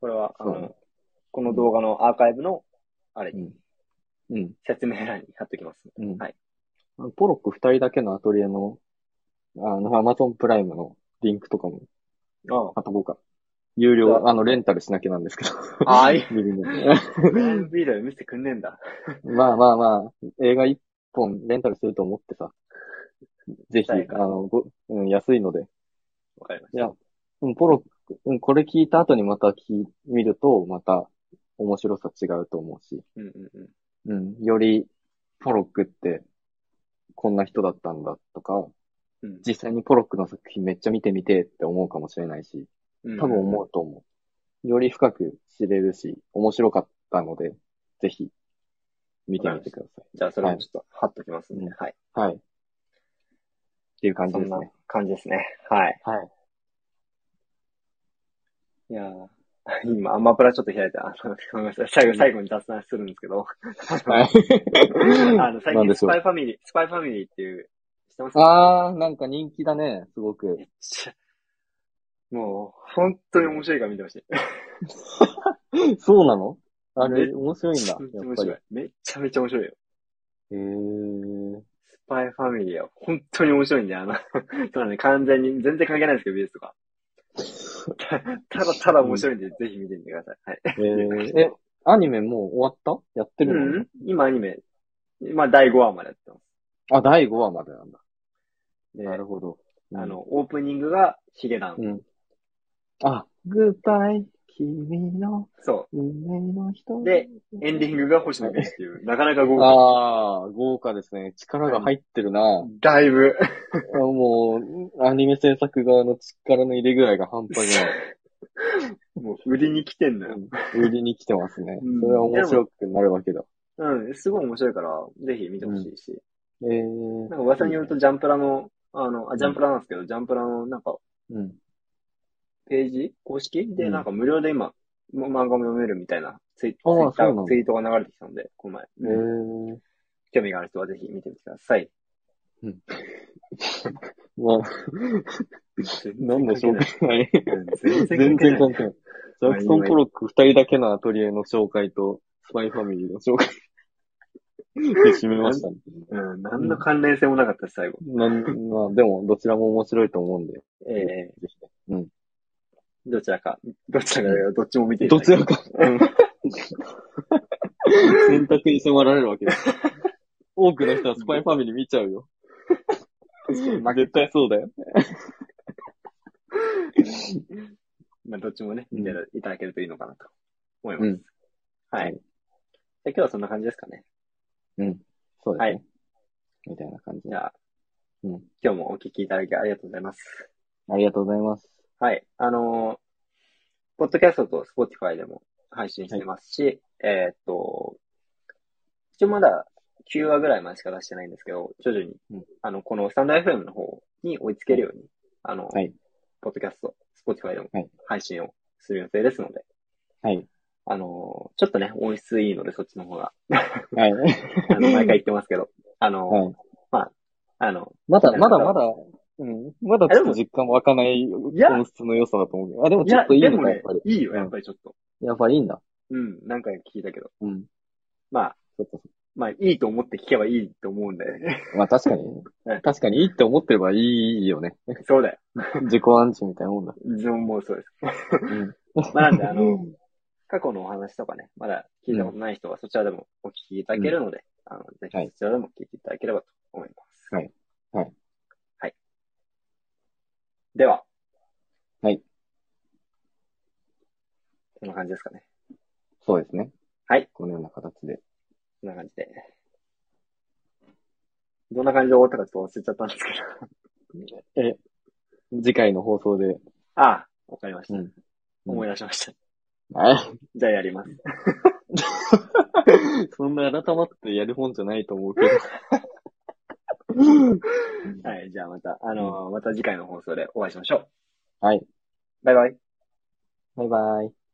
これは、あ
そう
の、この動画のアーカイブの、あれ
う。、うん。うん。
説明欄に貼っと きます。
うん
はい
ポロック二人だけのアトリエの、あの、アマゾンプライムのリンクとかも
あ
貼っとこうか。有料、
あ
あの、レンタルしなきゃなんですけど。
あ。ああ、いい。
見るの
ビデオ見せてくんねえんだ。
まあまあまあ、映画一本レンタルすると思ってさ。ぜひ、
誰か
あの、ご、うん、安いので。
わかりま
い
し
や、うん、ポロック、うん、これ聞いた後にまた聞い、見ると、また、面白さ違うと思うし。
た。うんうんうん。
うん、より、ポロックって、こんな人だったんだとか、
うん
実際にポロックの作品めっちゃ見てみてって思うかもしれないし、
うん
多分思うと思う。より深く知れるし、面白かったので、ぜひ、見てみてくださ
じゃあ、それもちょっと貼っときますんで、
うん
はい。
い。はい。っていう感じ
そ
で
ん
す
な
ね。
感じですね。はい。
はい。
いやー今、アマプラちょっと開いて、あの、ごめんなさい。最後、最後に雑談するんですけど、あの、最
なん
近、
で
ス
しょ
パ
う
イ。ファミリー、スパイファミリーっていう、知ってます
あー、なんか人気だね、すごく
め。っちゃもう、本当に面白いから見てほしい。
そうなのあ
め
れ、面白いんだ、やっ
面
ぱり
白い。。めっちゃめちゃ面白いよ。
へー。
スパイファミリーは本当に面白いんだよ。あの、 そうだね、完全に、全然関係ないんですけど、ビースとか。 ただただ面白いんで、ぜひ見てみてください。はい。
えーえ、アニメもう終わったやってるの、
うん、今アニメまあ、第5話までやってます。
あ、第5話までなんだ。
で、
なるほど。うん
あ、の、オープニングがヒゲダン。
うん。あ、グッバイ、君の
そ
運命の人。
で、う。エンディングが星野源っていう、なかなか豪華。
ああ、豪華ですね。力が入ってるな。
だい ぶ。
あもう、アニメ制作側の力の入れ具合が半端じゃない。
もう売りに来てんのよ。
売りに来てますね
うん。
それは面白くなるわけだ。
うん、すごい面白いから、ぜひ見てほしいし。
えー。
なんか噂によるとジャンプラの、あの、あ、ジャンプラなんですけど、ジャンプラのなんか
うん。
ページ公式
う
で
ん
なんか無料で今、ま漫画も読めるみたいなツイツイ
あー
ッタ
そうなん
ー、
だ
ツイートが流れてきたんで、この
え
前。
ー。
興味がある人はぜひ見てみてください。
まあ、何の紹介もない。
全然
全然
関係ない。
関係ない。ジャクソン・ポロック二人だけのアトリエの紹介と、スパイファミリーの紹介で締めましたね。
うん、何の関連性もなかったです、最後。
なんまあ、でも、どちらも面白いと思うんで、ぜ
ええ
ひね。
どちらか、どちらか、どっちも見
う
て
ん。
いた
ど
だ
ちら
き
か。うん選択に迫られるわけです。多くの人はスパイファミリー見ちゃうよ。絶対そうだよ。
まあ、どっちもね、
うん
見ていただけるといいのかなと思います。
うん
はい。じゃあ今日はそんな感じですかね。
そうです
は
ね。みたいな感じ
じ
で。
ゃあ、
うん
今日もお聞きいただきありがとうございます。
ありがとうございます。
はい。あのーポッドキャストと Spotify でも配信してますし、えーっと、一応まだ9話ぐらいまでしか出してないんですけど、徐々に、
うん
あの、このスタンド FM の方に追いつけるように、あの、
はい
ポッドキャスト、Spotify でも
はい
配信をする予定ですので、
はい。
あのーちょっとね、音質いいのでそっちの 方が、
はい。
あの、毎回言ってますけど、あのー
はい
あの、
まだ、まだまだ、うん。まだちょっと実感湧かない
いや
音質の良さだと思うけど。あ、でもちょっといい
や、で
の
も
か、や
ね
っぱり、。
いいよ、
うん
やっぱりちょっと。
やっぱりいいんだ。
うん、何回か聞いたけど。
うん。ち
まあ、
ょっと、
まあ、いいと思って聞けばいいと思うんで。
まあ確かに
はい。
確かにいいって思ってればいいよね。
そうだよ。
自己暗示みたいなもんだ。
自分もそうです。
うん。
まあ、なんで、あの、過去のお話とかね、まだ聞いたことない人はそちらでもお聞きいただけるので、あの、ぜ
は
ひ
い
そちらでも聞いていただければと思います。
はい。はい。
はい。では。
はい。
こんな感じですかね。
そうですね。
はい。
このような形で。
こんな感じで。どんな感じで終わったかちょっと忘れちゃったんですけど。
次回の放送 で。
ああ、わかりました。
うんうん
思い出しました。
はい。
じゃあやります。
そんな改まってやる本じゃないと思うけど。
はい、じゃあまた、あのーまた次回の放送でお会いしましょう。
はい。
バイバイ。
バイバイ。